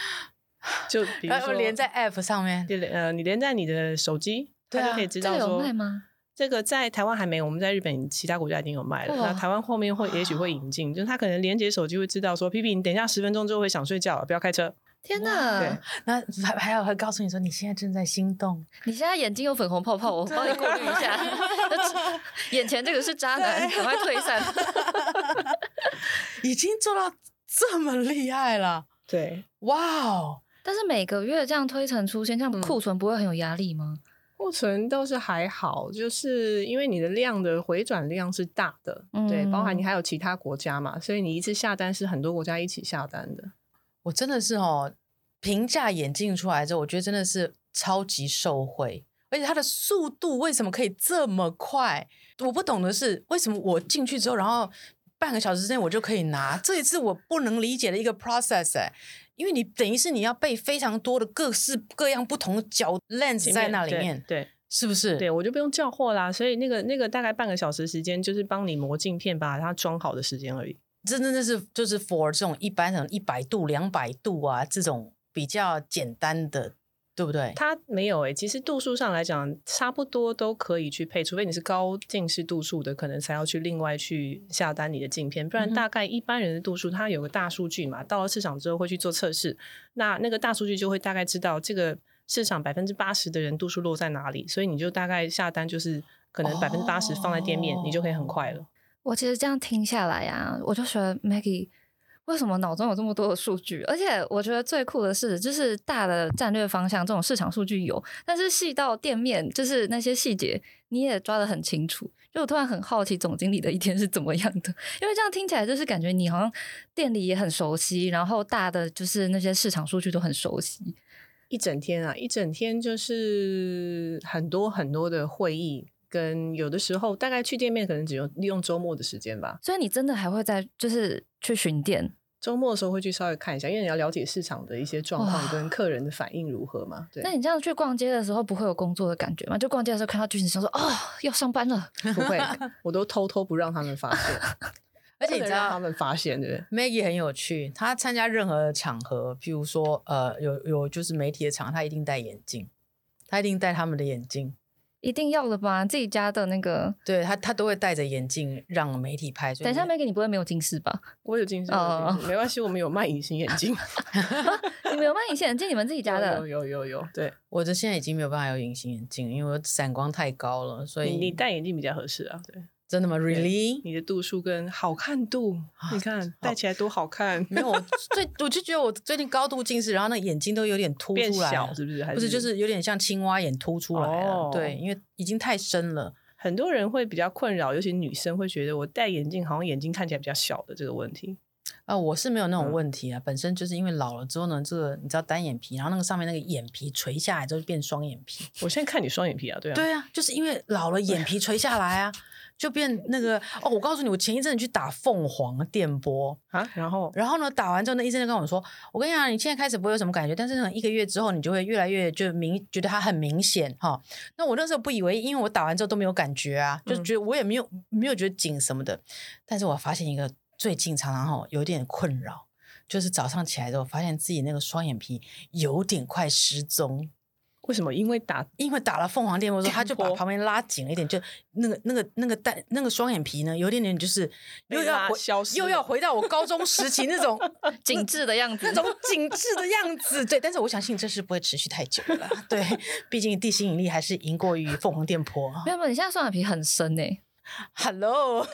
Speaker 2: 就 比如
Speaker 4: 呃
Speaker 3: 然后
Speaker 2: 说
Speaker 3: 连在 App 上面，
Speaker 2: 对呃，你连在你的手机，
Speaker 3: 对
Speaker 2: 它
Speaker 3: 啊
Speaker 2: 就可以知
Speaker 4: 这
Speaker 2: 道
Speaker 4: 个有
Speaker 2: 说
Speaker 4: 卖吗？
Speaker 2: 这个在台湾还没有，我们在日本其他国家已经有卖了。
Speaker 4: 哇
Speaker 2: 那台湾后面会也许会引进，就是它可能连接手机会知道说，皮皮，你等一下十分钟之后会想睡觉了，不要开车。
Speaker 4: 天
Speaker 2: 对
Speaker 4: 哪！
Speaker 3: 那还还有会告诉你说你现在正在心动，
Speaker 4: 你现在眼睛有粉红泡泡， 我帮你过滤一下。眼前这个是渣男，赶快退散。
Speaker 3: 已经做到这么厉害了，
Speaker 2: 对，
Speaker 3: 哇哦！
Speaker 4: 但是每个月这样推陈出新，这样库存不会很有压力吗？
Speaker 2: 库存倒是还好，就是因为你的量的回转量是大的，对，包
Speaker 3: 嗯
Speaker 2: 含你还有其他国家嘛，所以你一次下单是很多国家一起下单的。
Speaker 3: 我真的是哦，评价眼镜出来之后，我觉得真的是超级受惠，而且它的速度为什么可以这么快？我不懂的是，为什么我进去之后，然后半个小时之内我就可以拿？这也是我不能理解的一个 process 哎、因为你等于是你要背非常多的各式各样不同的角 lens 在那里面，
Speaker 2: 对
Speaker 3: 是不是？
Speaker 2: 对对，我就不用叫货啦，所以那个那个大概半个小时时间，就是帮你磨镜片，把它装好的时间而已。
Speaker 3: 这真的是就是 for 这种一般什么一百度、两百度啊这种比较简单的，对不对？
Speaker 2: 它没有诶、欸其实度数上来讲，差不多都可以去配，除非你是高近视度数的，可能才要去另外去下单你的镜片，不
Speaker 3: 嗯
Speaker 2: 然
Speaker 3: 哼
Speaker 2: 大概一般人的度数，它有个大数据嘛，到了市场之后会去做测试，那那个大数据就会大概知道这个市场百分之八十的人度数落在哪里，所以你就大概下单就是可能
Speaker 3: 哦
Speaker 2: 百分之八十放在店面，你就可以很快了。
Speaker 4: 我其实这样听下来啊，我就觉得 Maggie 为什么脑中有这么多的数据？而且我觉得最酷的是，就是大的战略方向这种市场数据有，但是细到店面，就是那些细节你也抓得很清楚。就我突然很好奇总经理的一天是怎么样的， 因为这样听起来就是感觉你好像店里也很熟悉，然后大的就是那些市场数据都很熟悉。
Speaker 2: 一整天啊，一整天就是很多很多的会议。跟有的时候，大概去店面可能只用利用周末的时间吧，
Speaker 4: 所以你真的还会在就是去巡店，
Speaker 2: 周末的时候会去稍微看一下，因为你要了解市场的一些状况
Speaker 4: 哇
Speaker 2: 跟客人的反应如何嘛。对
Speaker 4: 那，你这样去逛街的时候不会有工作的感觉吗？就逛街的时候看到剧情，想说哦要上班了。
Speaker 2: 不 会，我都偷偷不让他们发现，
Speaker 3: 而且你
Speaker 2: 不
Speaker 3: 知
Speaker 2: 能
Speaker 3: 道
Speaker 2: 让他们发现，对不对？
Speaker 3: Maggie 很有趣，她参加任何场合，譬如说，呃，有有就是媒体的场合，她一定戴眼镜，她一定戴他们的眼镜，
Speaker 4: 一定要的吧？自己家的那个，
Speaker 3: 对她她都会戴着眼镜让媒体拍。所以
Speaker 4: 等一下
Speaker 3: 你
Speaker 4: 没给你不会没有近视吧？
Speaker 2: 我有近视，我有
Speaker 3: 哦
Speaker 2: 近视没关系，我们有卖隐形眼镜，
Speaker 4: 你们有卖隐形眼镜？你们自己家
Speaker 2: 有
Speaker 4: 的？
Speaker 2: 有有有，对
Speaker 3: 我的现在已经没有办法有隐形眼镜，因为我散光太高了，所以
Speaker 2: 你你戴眼镜比较合适啊，对，
Speaker 3: 真的吗？Really？
Speaker 2: 你的度数跟好看度，你看
Speaker 3: 啊好
Speaker 2: 戴起来多好看，
Speaker 3: 没有，我最我就觉得我最近高度近视，然后那眼睛都有点凸
Speaker 2: 变
Speaker 3: 出来
Speaker 2: 小
Speaker 3: 了，
Speaker 2: 是不是？还
Speaker 3: 不是就是有点像青蛙眼凸出来了，
Speaker 2: 哦
Speaker 3: 对，因为已经太深了。
Speaker 2: 很多人会比较困扰，尤其女生会觉得我戴眼镜好像眼睛看起来比较小的这个问题。
Speaker 3: 啊，我是没有那种
Speaker 2: 嗯
Speaker 3: 问题啊，本身就是因为老了之后呢，这个你知道单眼皮，然后那个上面那个眼皮垂下来之后就变双眼皮。
Speaker 2: 我现在看你双眼皮啊，对啊，
Speaker 3: 对啊，就是因为老了眼皮垂下来啊，就变那个哦。我告诉你，我前一阵子去打凤凰电波，
Speaker 2: 啊，然后
Speaker 3: 然后呢打完之后，那医生就跟我说，我跟你讲，你现在开始不会有什么感觉，但是呢一个月之后，你就会越来越就明觉得它很明显哈。那我那时候不以为意，因为我打完之后都没有感觉啊，就是
Speaker 2: 嗯
Speaker 3: 觉得我也没有没有觉得紧什么的。但是我发现一个最近常常哈有点困扰，就是早上起来之后发现自己那个双眼皮有点快失踪。
Speaker 2: 为什么？因 为打
Speaker 3: 因为打了凤凰电波之后，他就把
Speaker 2: 电波
Speaker 3: 旁边拉紧了一点，就那个那个那个蛋那个双眼皮呢，有点点就是又
Speaker 2: 被
Speaker 3: 要
Speaker 2: 拉
Speaker 3: 回
Speaker 2: 消失
Speaker 3: 又
Speaker 2: 了
Speaker 3: 要回到我高中时期那种
Speaker 4: 紧致的样子
Speaker 3: 那。种紧致的样子。 对，但是我相信这是不会持续太久的 啦。对，毕竟地心引力还是赢过于凤凰电波。
Speaker 4: 没有没有，你现在双眼皮很深诶、欸
Speaker 3: Hello，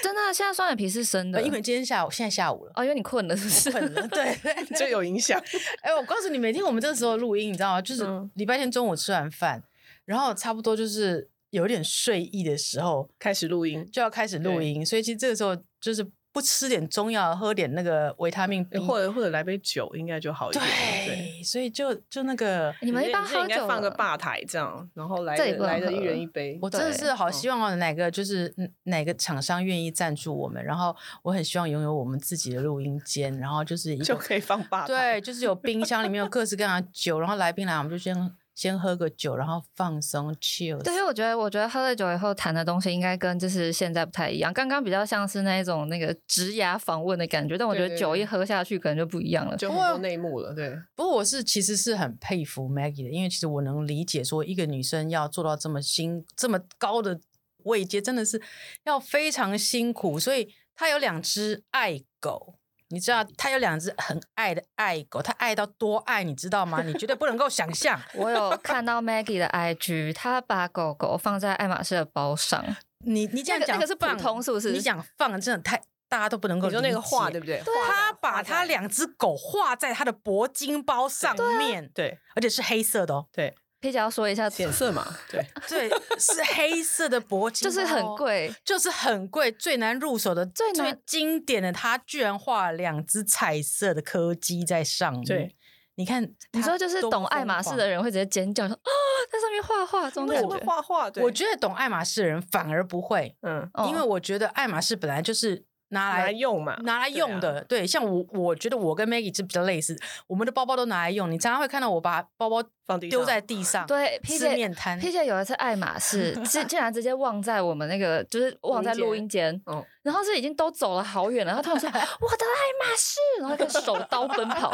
Speaker 4: 真的啊、现在双眼皮是深的。
Speaker 3: 呃因为今天下午，现在下午了。
Speaker 4: 哦，因为你困了是不是？
Speaker 3: 困了， 对，对对
Speaker 2: 这有影响。
Speaker 3: 哎、我告诉你，每天我们这个时候录音，你知道吗？就是
Speaker 2: 嗯
Speaker 3: 礼拜天中午吃完饭，然后差不多就是有点睡意的时候，
Speaker 2: 开始录音，
Speaker 3: 就要开始录音，所以其实这个时候就是不吃点中药，喝点那个维他命 B，
Speaker 2: 或者或者来杯酒应该就好一点。嗯对，
Speaker 3: 对，所以就就那个，
Speaker 4: 你们一般
Speaker 2: 这这
Speaker 4: 喝
Speaker 2: 应该
Speaker 4: 酒
Speaker 2: 放个
Speaker 4: 了
Speaker 2: 吧台这样，然后来
Speaker 4: 这也
Speaker 2: 的
Speaker 4: 不能
Speaker 2: 来的一
Speaker 4: 喝
Speaker 2: 人一杯。
Speaker 3: 我真的
Speaker 4: 对
Speaker 3: 是好
Speaker 2: 嗯
Speaker 3: 希望哦，哪个就是嗯哪个厂商愿意赞助我们，然后我很希望拥有我们自己的录音间，然后就是一
Speaker 2: 就
Speaker 3: 个
Speaker 2: 可以放吧
Speaker 3: 对，
Speaker 2: 台。
Speaker 3: 就是有冰箱里面有各式各样的酒，然后来宾来我们就先先喝个酒，然后放松 chill。
Speaker 4: 对，因为我觉得，我觉得喝了酒以后谈的东西应该跟就是现在不太一样。刚刚比较像是那一种那个职涯访问的感觉，但我觉
Speaker 2: 对
Speaker 4: 得
Speaker 2: 对
Speaker 4: 酒
Speaker 2: 对
Speaker 4: 一喝下去可能就不一样了。
Speaker 2: 就很多内幕了，对，
Speaker 3: 不过我是其实是很佩服 Maggie 的，因为其实我能理解说一个女生要做到这么辛这么高的位阶，真的是要非常辛苦。所以她有两只爱狗，你知道她有两只很爱的爱狗，她爱到多爱，你知道吗？你绝对不能够想象。
Speaker 4: 我有看到 Maggie 的 IG，她把狗狗放在爱马仕的包上，
Speaker 3: 你你这样
Speaker 4: 那个
Speaker 3: 讲
Speaker 4: 那个是普
Speaker 3: 放
Speaker 4: 通是不是
Speaker 3: 你讲放真的太大家都不能够
Speaker 2: 你说那个
Speaker 3: 理解
Speaker 2: 画对不对？
Speaker 3: 他把他两只狗画在他的铂金包上
Speaker 4: 啊
Speaker 3: 面，
Speaker 2: 对
Speaker 3: 而且是黑色的哦。
Speaker 2: 对，
Speaker 4: 皮姐要说一下，
Speaker 2: 显色嘛，对，
Speaker 3: 对，是黑色的铂金，哦
Speaker 4: 就是
Speaker 2: 哦
Speaker 4: 很，贵。
Speaker 3: 就是很贵，最难入手的、最
Speaker 4: 最难
Speaker 3: 经典的，他居然画了两只彩色的柯基在上面。
Speaker 2: 对，
Speaker 3: 你看，
Speaker 4: 你说就是懂爱马仕的
Speaker 3: 人，
Speaker 4: 人会直接尖叫说啊，在上面画画这种
Speaker 2: 为
Speaker 4: 感
Speaker 2: 什
Speaker 4: 觉
Speaker 2: 么。画画？对
Speaker 3: 我觉得懂爱马仕的人反而不会，
Speaker 2: 嗯，
Speaker 4: 哦
Speaker 3: 因为我觉得爱马仕本来就是拿
Speaker 2: 拿来
Speaker 3: 来
Speaker 2: 用嘛，
Speaker 3: 拿来
Speaker 2: 对
Speaker 3: 用
Speaker 2: 啊
Speaker 3: 的，对，像我，我觉得我跟 Maggie 是比较类似，我们的包包都拿来用。你常常会看到我把包包
Speaker 2: 放地
Speaker 3: 丢
Speaker 2: 上
Speaker 3: 在地上，
Speaker 4: 对，P
Speaker 3: 吃面
Speaker 4: 姐
Speaker 3: 摊，
Speaker 4: ，P 姐有一次爱马仕，竟竟然直接忘在我们那个，就是忘在录音间，
Speaker 2: 嗯，
Speaker 4: 然后是已经都走了好远了，然后突然说我的爱马仕，然后开始手刀奔跑，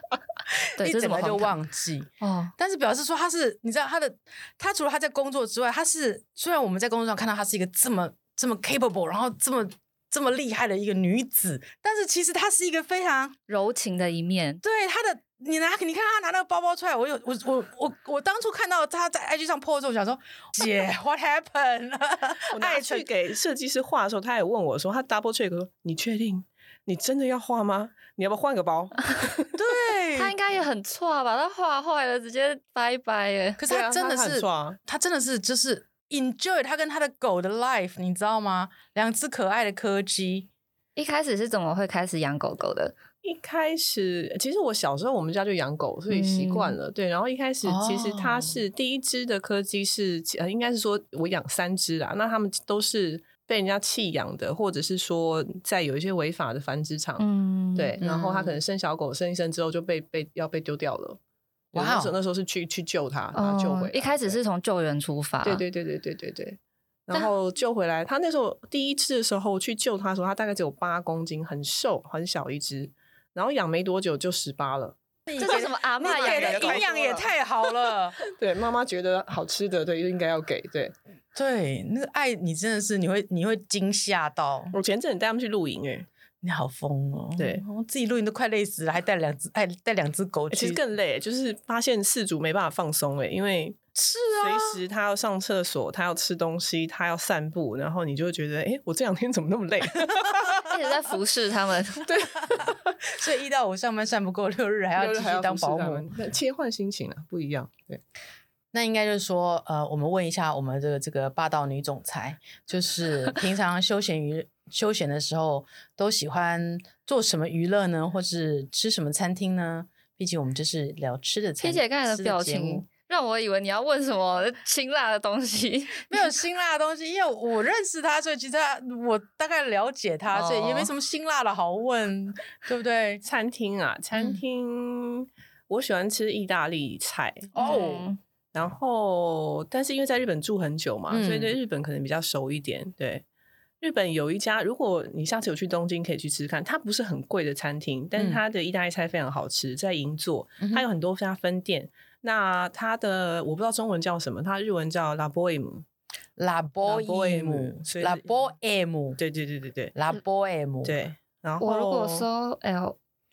Speaker 4: 对，
Speaker 3: 一
Speaker 4: 这
Speaker 3: 整
Speaker 4: 是什么
Speaker 3: 个就
Speaker 4: 荒唐
Speaker 3: 忘记。
Speaker 4: 哦，
Speaker 3: 但是表示说他是，你知道他的，他除了他在工作之外，他是虽然我们在工作上看到他是一个这么这么 capable，然后这么这么厉害的一个女子，但是其实她是一个非常
Speaker 4: 柔情的一面，
Speaker 3: 对她的，你拿你看她拿那个包包出来，我有我我我我当初看到她在 IG 上 po 的时候，我想说姐 what happened？
Speaker 2: 我拿
Speaker 3: 爱
Speaker 2: 去
Speaker 3: 成
Speaker 2: 给设计师画的时候，他也问我说，他 double check 说，你确定你真的要画吗？你要不要换个包？
Speaker 3: 对，
Speaker 4: 她应该也很错吧？她画坏了，直接拜拜耶。
Speaker 3: 可是
Speaker 2: 对啊
Speaker 3: 他真的
Speaker 2: 他很
Speaker 3: 是，
Speaker 2: 帅啊
Speaker 3: 他真的是就是 enjoy 他跟他的狗的 life，你知道吗？两只可爱的柯基，
Speaker 4: 一开始是怎么会开始养狗狗的？
Speaker 2: 一开始，其实我小时候我们家就养狗，所以习惯
Speaker 4: 嗯
Speaker 2: 了。对，然后一开始
Speaker 3: 哦
Speaker 2: 其实它是、第一只的柯基是，呃，应该是说我养三只啦。那它们都是被人家弃养的，或者是说在有一些违法的繁殖场，
Speaker 4: 嗯，
Speaker 2: 对，然后它
Speaker 3: 嗯
Speaker 2: 可能生小狗生一生之后就被被要被丢掉了。对
Speaker 3: 哇哦
Speaker 2: 那时候那时候是去去救它，把它救回
Speaker 4: 哦
Speaker 2: 来、，
Speaker 4: 一开始是从救援出发，
Speaker 2: 对
Speaker 3: 啊
Speaker 2: 对对对对对对。然后救回来，他那时候第一次的时候去救他的时候，他大概只有八公斤，很瘦，很小一只。然后养没多久就十八了。
Speaker 4: 这叫什么阿
Speaker 3: 你
Speaker 4: 嬷
Speaker 3: 给
Speaker 4: 养
Speaker 3: 的
Speaker 4: 的狗？
Speaker 3: 营养也太好了。
Speaker 2: 对，妈妈觉得好吃的，对，应该要给。对
Speaker 3: 对，那个爱你真的是你会你会惊吓到，
Speaker 2: 我前阵子带他们去露营、欸，
Speaker 3: 你好疯哦！
Speaker 2: 对哎
Speaker 3: 我自己录音都快累死了，还带两只还带两只狗去，
Speaker 2: 其实更累、欸就是发现饲主没办法放松，哎，因为
Speaker 3: 是啊，
Speaker 2: 随时他要上厕所，他要吃东西，他要散步，然后你就会觉得，哎、我这两天怎么那么累？
Speaker 4: 一直在服侍 他们。
Speaker 3: 所以一到五上班上不够， 六日还要继
Speaker 2: 就是还
Speaker 3: 续
Speaker 2: 要
Speaker 3: 当
Speaker 2: 服侍
Speaker 3: 保
Speaker 2: 他
Speaker 3: 姆
Speaker 2: 们，，那切换心情啊，不一样。对，
Speaker 3: 那应该就是说，呃，我们问一下我们的这个霸道女总裁，就是 平常休闲娱休闲的时候都喜欢做什么娱乐呢，或是吃什么餐厅呢？毕竟我们这是聊吃的餐。
Speaker 4: P 姐刚才
Speaker 3: 吃
Speaker 4: 的表
Speaker 3: 节目
Speaker 4: 情让我以为你要问什么辛辣的东西，
Speaker 3: 没有辛辣的东西，因为我认识他，所以其实他我大概了解他，所以也没
Speaker 4: 哦
Speaker 3: 什么辛辣的好问，对不对？
Speaker 2: 餐厅啊，餐
Speaker 4: 嗯
Speaker 2: 厅、我喜欢吃意大利菜，
Speaker 3: 哦，
Speaker 4: 嗯
Speaker 2: 然后但是因为在日本住很久嘛，
Speaker 3: 嗯
Speaker 2: 所以对日本可能比较熟一点。对，日本有一家，如果你下次有去东京，可以去吃吃看，它不是很贵的餐厅，但是它的意大利菜非常好吃，在银座，
Speaker 3: 嗯哼
Speaker 2: 它有很多家分店。那它的我不知道中文叫什么，它日文叫 La Boheme。
Speaker 3: 拉波
Speaker 2: bohème，
Speaker 3: 伊姆
Speaker 2: 所，以
Speaker 3: 拉
Speaker 2: 是
Speaker 3: 波 M，
Speaker 2: 对对对对对
Speaker 3: 拉波 M，，
Speaker 2: 对。然后
Speaker 4: 我如
Speaker 3: 哦
Speaker 4: 果哎搜 L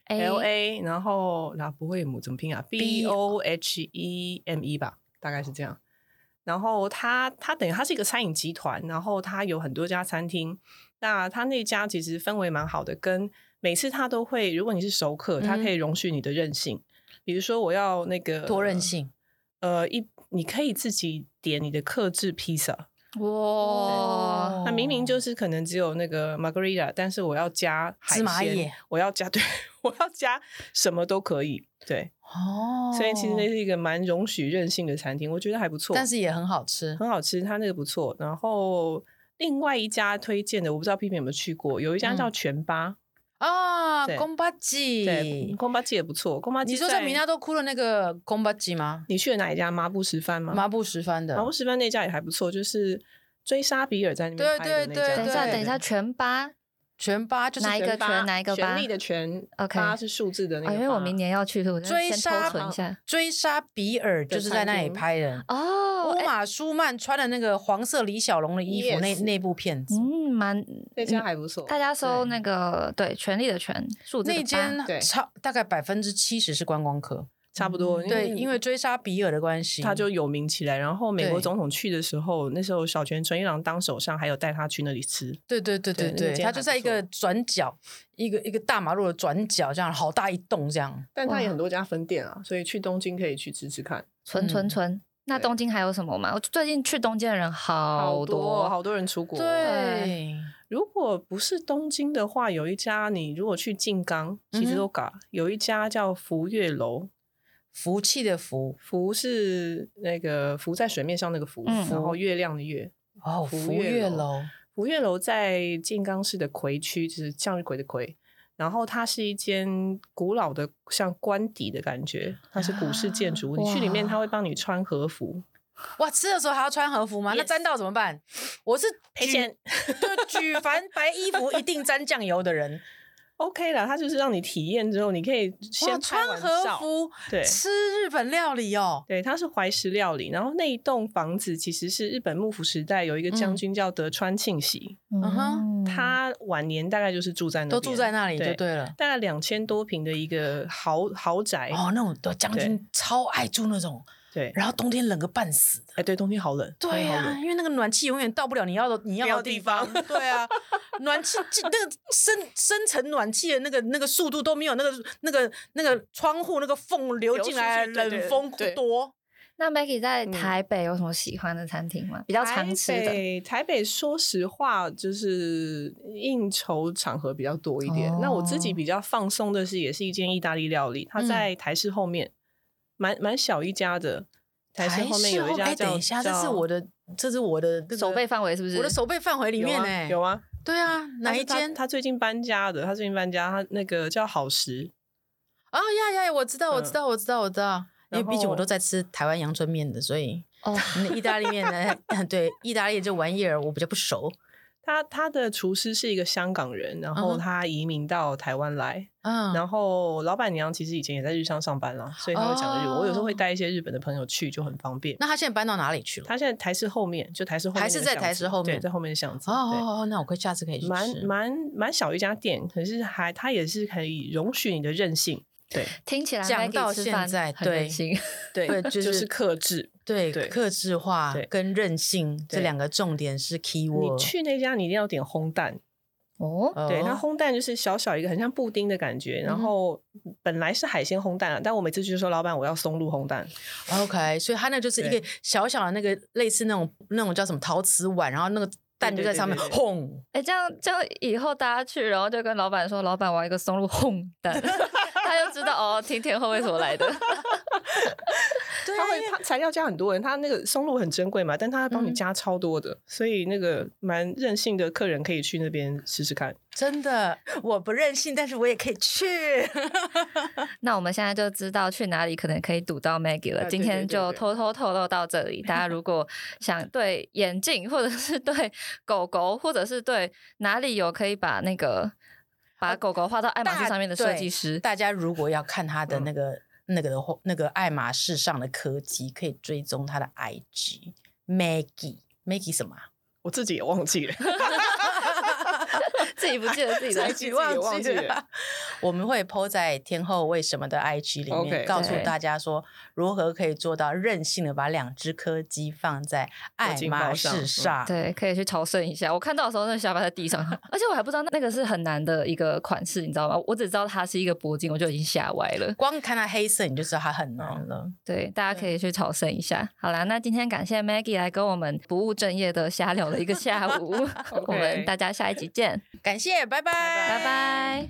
Speaker 4: A
Speaker 2: L A，然后拉布惠姆怎么拼啊？B O H E M E 吧，大概是这样。然后它它等于它是一个餐饮集团，然后它有很多家餐厅。那它那家其实氛围蛮好的，跟每次它都会，如果你是熟客，它可以容许你的任性。比如说我要那个
Speaker 3: 多任，性
Speaker 2: 呃，一你可以自己点你的克制披萨，
Speaker 4: 哇，
Speaker 2: 那明明
Speaker 3: 哦
Speaker 2: 就是可能只有那个 margarita，但是我要加海
Speaker 3: 芝麻
Speaker 2: 鲜
Speaker 3: 叶，
Speaker 2: 我要加对， 我要加什么都可以。对，
Speaker 3: 哦，
Speaker 2: 所以其实那是一个蛮容许任性的餐厅，我觉得还不错，嗯
Speaker 3: 但是也很好吃。
Speaker 2: 很好吃，它那个不错。然后另外一家推荐的，我不知道 P P 有没有去过，有一家
Speaker 3: 嗯
Speaker 2: 叫全吧，
Speaker 3: 啊，
Speaker 2: 对
Speaker 3: 宫巴鸡，
Speaker 2: 对，宫巴鸡也不错。宫巴鸡，
Speaker 3: 你说在米纳，多窟的那个宫巴鸡吗？
Speaker 2: 你去了哪一家？麻布十番吗？
Speaker 3: 麻布十番的
Speaker 2: 麻，布十番那家也还不错，就是追杀比尔在那
Speaker 3: 对
Speaker 2: 边拍的那
Speaker 3: 对对
Speaker 2: 家。
Speaker 4: 等一下，
Speaker 3: 对
Speaker 4: 等一下，全八
Speaker 3: 全八就是
Speaker 4: 哪一个
Speaker 2: 八
Speaker 4: 全哪一个八
Speaker 2: 权力的权
Speaker 4: OK
Speaker 2: 八是数字的那个
Speaker 4: 啊，
Speaker 3: 哎
Speaker 2: 八。
Speaker 4: 因为我明年要去，所以我就
Speaker 3: 追
Speaker 4: 先
Speaker 3: 杀
Speaker 4: 偷存一下。
Speaker 3: 追杀比尔就是在那里拍的。乌
Speaker 4: 哦，哎
Speaker 3: 马舒曼穿的那个黄色李小龙的衣服，那
Speaker 2: Yes
Speaker 3: 那部片子，
Speaker 4: 嗯，蛮
Speaker 2: 那家还不错，
Speaker 4: 大家搜
Speaker 3: 对
Speaker 4: 那个对权力的权数字的
Speaker 3: 那
Speaker 4: 八
Speaker 3: 间
Speaker 2: 对
Speaker 3: 超大概百分之七十是观光客，
Speaker 2: 差不多。
Speaker 3: 对，因为追杀比尔的关系，
Speaker 2: 他就有名起来。然后美国
Speaker 3: 对
Speaker 2: 总统去的时候，那时候小泉纯一郎当首相，还有带他去那里吃。
Speaker 3: 对对对对
Speaker 2: 对那
Speaker 3: 对，
Speaker 2: 间
Speaker 3: 他
Speaker 2: 还
Speaker 3: 就
Speaker 2: 不
Speaker 3: 在一
Speaker 2: 错
Speaker 3: 个转角，一个一个大马路的转角，这样好大一栋这样。
Speaker 2: 但他也
Speaker 4: 哇
Speaker 2: 很多家分店啊，所以去东京可以去吃吃看。
Speaker 4: 存存
Speaker 3: 嗯
Speaker 4: 存。那
Speaker 2: 对
Speaker 4: 东京还有什么吗？我最近去东京的人好
Speaker 2: 多
Speaker 4: 多，
Speaker 2: 好多人出国。哎
Speaker 3: 对，
Speaker 2: 如果不是东京的话，有一家你如果去静冈、其
Speaker 4: 嗯
Speaker 2: 实都嘎，有一家叫福月楼。
Speaker 3: 福气的福，
Speaker 2: 福是那个浮在水面上那个浮，
Speaker 4: 嗯
Speaker 2: 然后月亮的月。
Speaker 3: 哦，
Speaker 2: 福
Speaker 3: 福
Speaker 2: 月
Speaker 3: 月
Speaker 2: 楼
Speaker 3: 楼，
Speaker 2: 福月楼在静冈市的葵区，就是向日葵的葵。然后它是一间古老的，像官邸的感觉，它是古式建筑。
Speaker 3: 啊
Speaker 2: 你去里面，
Speaker 3: 哇
Speaker 2: 它会帮你穿和服，
Speaker 3: 哇，吃的时候还要穿和服吗？那
Speaker 2: Yes
Speaker 3: 沾到怎么办？我是
Speaker 2: 赔
Speaker 3: 举
Speaker 2: 钱，
Speaker 3: 对，举凡白衣服一定沾酱油的人，
Speaker 2: OK 啦，它就是让你体验之后，你可以
Speaker 3: 哇，
Speaker 2: 先拍
Speaker 3: 穿
Speaker 2: 完
Speaker 3: 和
Speaker 2: 照，
Speaker 3: 服
Speaker 2: 对
Speaker 3: 吃日本料理哦，
Speaker 2: 对，它是怀石料理。然后那一栋房子其实是日本幕府时代有一个将
Speaker 3: 嗯
Speaker 2: 军叫德川庆喜，
Speaker 4: 嗯
Speaker 3: 哼
Speaker 2: 他晚年大概就是住在那
Speaker 3: 都
Speaker 2: 边，
Speaker 3: 住在那里就
Speaker 2: 对
Speaker 3: 对了。
Speaker 2: 大概两千多平的一个豪豪宅。
Speaker 3: 哦，那种的将
Speaker 2: 哎对
Speaker 3: 军超爱住那种，
Speaker 2: 对，
Speaker 3: 然后冬天冷个半死的。
Speaker 2: 哎，对，冬天好冷，冬
Speaker 3: 对啊
Speaker 2: 天好
Speaker 3: 呀、
Speaker 2: 冷。
Speaker 3: 因为那个暖气永远到不了你要的你
Speaker 2: 不
Speaker 3: 要
Speaker 2: 要
Speaker 3: 的
Speaker 2: 地
Speaker 3: 地方。对 啊，暖气这那个深深层暖气的那个那个速度都没有那个那个那个窗户那个缝流进来的
Speaker 2: 流出去对对
Speaker 3: 冷风
Speaker 2: 对
Speaker 3: 多。
Speaker 4: 那 Maggie 在
Speaker 2: 嗯
Speaker 4: 台北有什么喜欢的餐厅吗？比较常吃
Speaker 2: 台
Speaker 4: 的，
Speaker 2: 北，台北说实话就是应酬场合比较多一点。
Speaker 4: 哦
Speaker 2: 那我自己比较放松的是，也是一间意大利料理，它
Speaker 3: 嗯
Speaker 2: 在台式后面，蛮蛮小一家的。台式后面有一家
Speaker 3: 哎，
Speaker 2: 叫，
Speaker 3: 等一下，这是
Speaker 2: 叫
Speaker 3: 我的，这是我的、那个
Speaker 4: 手背范围是不是？
Speaker 3: 我的手背范围里面
Speaker 2: 有啊
Speaker 3: 呢、
Speaker 2: 有啊，
Speaker 3: 对啊，哪
Speaker 2: 但是
Speaker 3: 一
Speaker 2: 他
Speaker 3: 间？
Speaker 2: 他最近搬家的，他最近搬家，他那个叫好食，
Speaker 3: 哦呀呀，我知道，我知
Speaker 2: 嗯
Speaker 3: 道，我知道，我知道。因为
Speaker 2: 然
Speaker 3: 毕竟我
Speaker 2: 后
Speaker 3: 都在吃台湾阳春面的，所以
Speaker 4: 哦，
Speaker 3: 嗯意大利面 呢，对意大利这玩意儿我比较不熟
Speaker 2: 他他的厨师是一个香港人，然
Speaker 3: 嗯
Speaker 2: 后
Speaker 3: 哼
Speaker 2: 他移民到台湾来，
Speaker 3: 嗯，
Speaker 2: 然后老板娘其实以前也在日商上班啦，所以他会讲日文。
Speaker 3: 哦
Speaker 2: 我有时候会带一些日本的朋友去，就很方便。
Speaker 3: 那他现在搬到哪里去了？
Speaker 2: 他现在台式后面，就台式后面
Speaker 3: 还
Speaker 2: 那
Speaker 3: 是
Speaker 2: 个
Speaker 3: 在
Speaker 2: 巷
Speaker 3: 台
Speaker 2: 子
Speaker 3: 式后面
Speaker 2: 对，在后面的巷子，
Speaker 3: 哦
Speaker 2: 对，
Speaker 3: 哦，哦那我可以下次可以去
Speaker 2: 蛮
Speaker 3: 吃。
Speaker 2: 蛮蛮小一家店，可是还它也是可以容许你的任性，对
Speaker 4: 听起来
Speaker 3: 讲
Speaker 4: Maggie
Speaker 3: 到
Speaker 4: 吃
Speaker 3: 现
Speaker 4: 饭
Speaker 3: 在
Speaker 4: 很任
Speaker 3: 对
Speaker 4: 性
Speaker 2: 对，
Speaker 3: 就
Speaker 2: 就是是克制。
Speaker 3: 对，
Speaker 2: 对
Speaker 3: 克制化
Speaker 2: 对
Speaker 3: 跟韧性这
Speaker 2: 对
Speaker 3: 两个重点是 key
Speaker 2: 你
Speaker 3: word。
Speaker 2: 去那家，你一定要点烘蛋，
Speaker 4: 哦，
Speaker 3: 哦嗯
Speaker 2: 对，它烘蛋就是小小一个，很像布丁的感觉。然后本来是海鲜烘蛋啊，但我每次去就说老板我要松露烘蛋，
Speaker 3: OK，所以它那就是一
Speaker 2: 对
Speaker 3: 个小小的那个类似那种那种叫什么陶瓷碗，然后那个蛋就
Speaker 2: 对对
Speaker 3: 在
Speaker 2: 对
Speaker 3: 上面
Speaker 2: 对对
Speaker 3: 轰。
Speaker 4: 哎，这样这样以后大家去，然后就跟老板说，老板我要一个松露烘蛋， 他就知道哦，听天后为什么来的。
Speaker 3: 对
Speaker 2: 它会它材料加很多人，它那个松露很珍贵嘛，但它会帮你
Speaker 4: 嗯
Speaker 2: 加超多的，所以那个蛮任性的客人可以去那边试试看。
Speaker 3: 真的，我不任性，但是我也可以去。
Speaker 4: 那我们现在就知道去哪里可能可以堵到 Maggie 了。
Speaker 2: 啊
Speaker 4: 今
Speaker 2: 对对
Speaker 4: 天
Speaker 2: 对
Speaker 4: 就
Speaker 2: 对
Speaker 4: 偷偷透露到这里。大家如果想对眼镜，或者是对狗狗，或者是对哪里有可以把那个把狗狗画到爱马仕
Speaker 3: 呃大
Speaker 4: 上面的设
Speaker 3: 对
Speaker 4: 计师，
Speaker 3: 大家如果要看他的
Speaker 2: 嗯
Speaker 3: 那个、那个的话，那个爱马仕上的科技，可以追踪他的 IG Maggie Maggie 什么啊？
Speaker 2: 我自己也忘记了，
Speaker 4: 自己不记得自己的
Speaker 3: 自
Speaker 2: 自
Speaker 3: 己
Speaker 2: 己
Speaker 3: 忘
Speaker 2: 忘
Speaker 3: 记
Speaker 2: 记
Speaker 3: 了
Speaker 2: 了。
Speaker 3: 我们会 PO 在天后为什么的 IG 里面
Speaker 2: OK，
Speaker 3: 告诉
Speaker 4: 对
Speaker 3: 大家说如何可以做到任性的把两只柯基放在爱马
Speaker 2: 嗯
Speaker 3: 仕上。
Speaker 4: 对，可以去朝圣一下。我看到的时候，那下巴在地上，而且我还不知道那个是很难的一个款式，你知道吗？我只知道它是一个铂金，我就已经吓歪了。
Speaker 3: 光看它黑色，你就知道它
Speaker 2: 嗯
Speaker 3: 很难了。
Speaker 4: 对，大家可以去朝圣一下。好啦，那今天感谢 Maggie 来跟我们不务正业的瞎聊了一个下午，我们大家下一集见，
Speaker 3: 感谢，拜拜，
Speaker 4: 拜拜。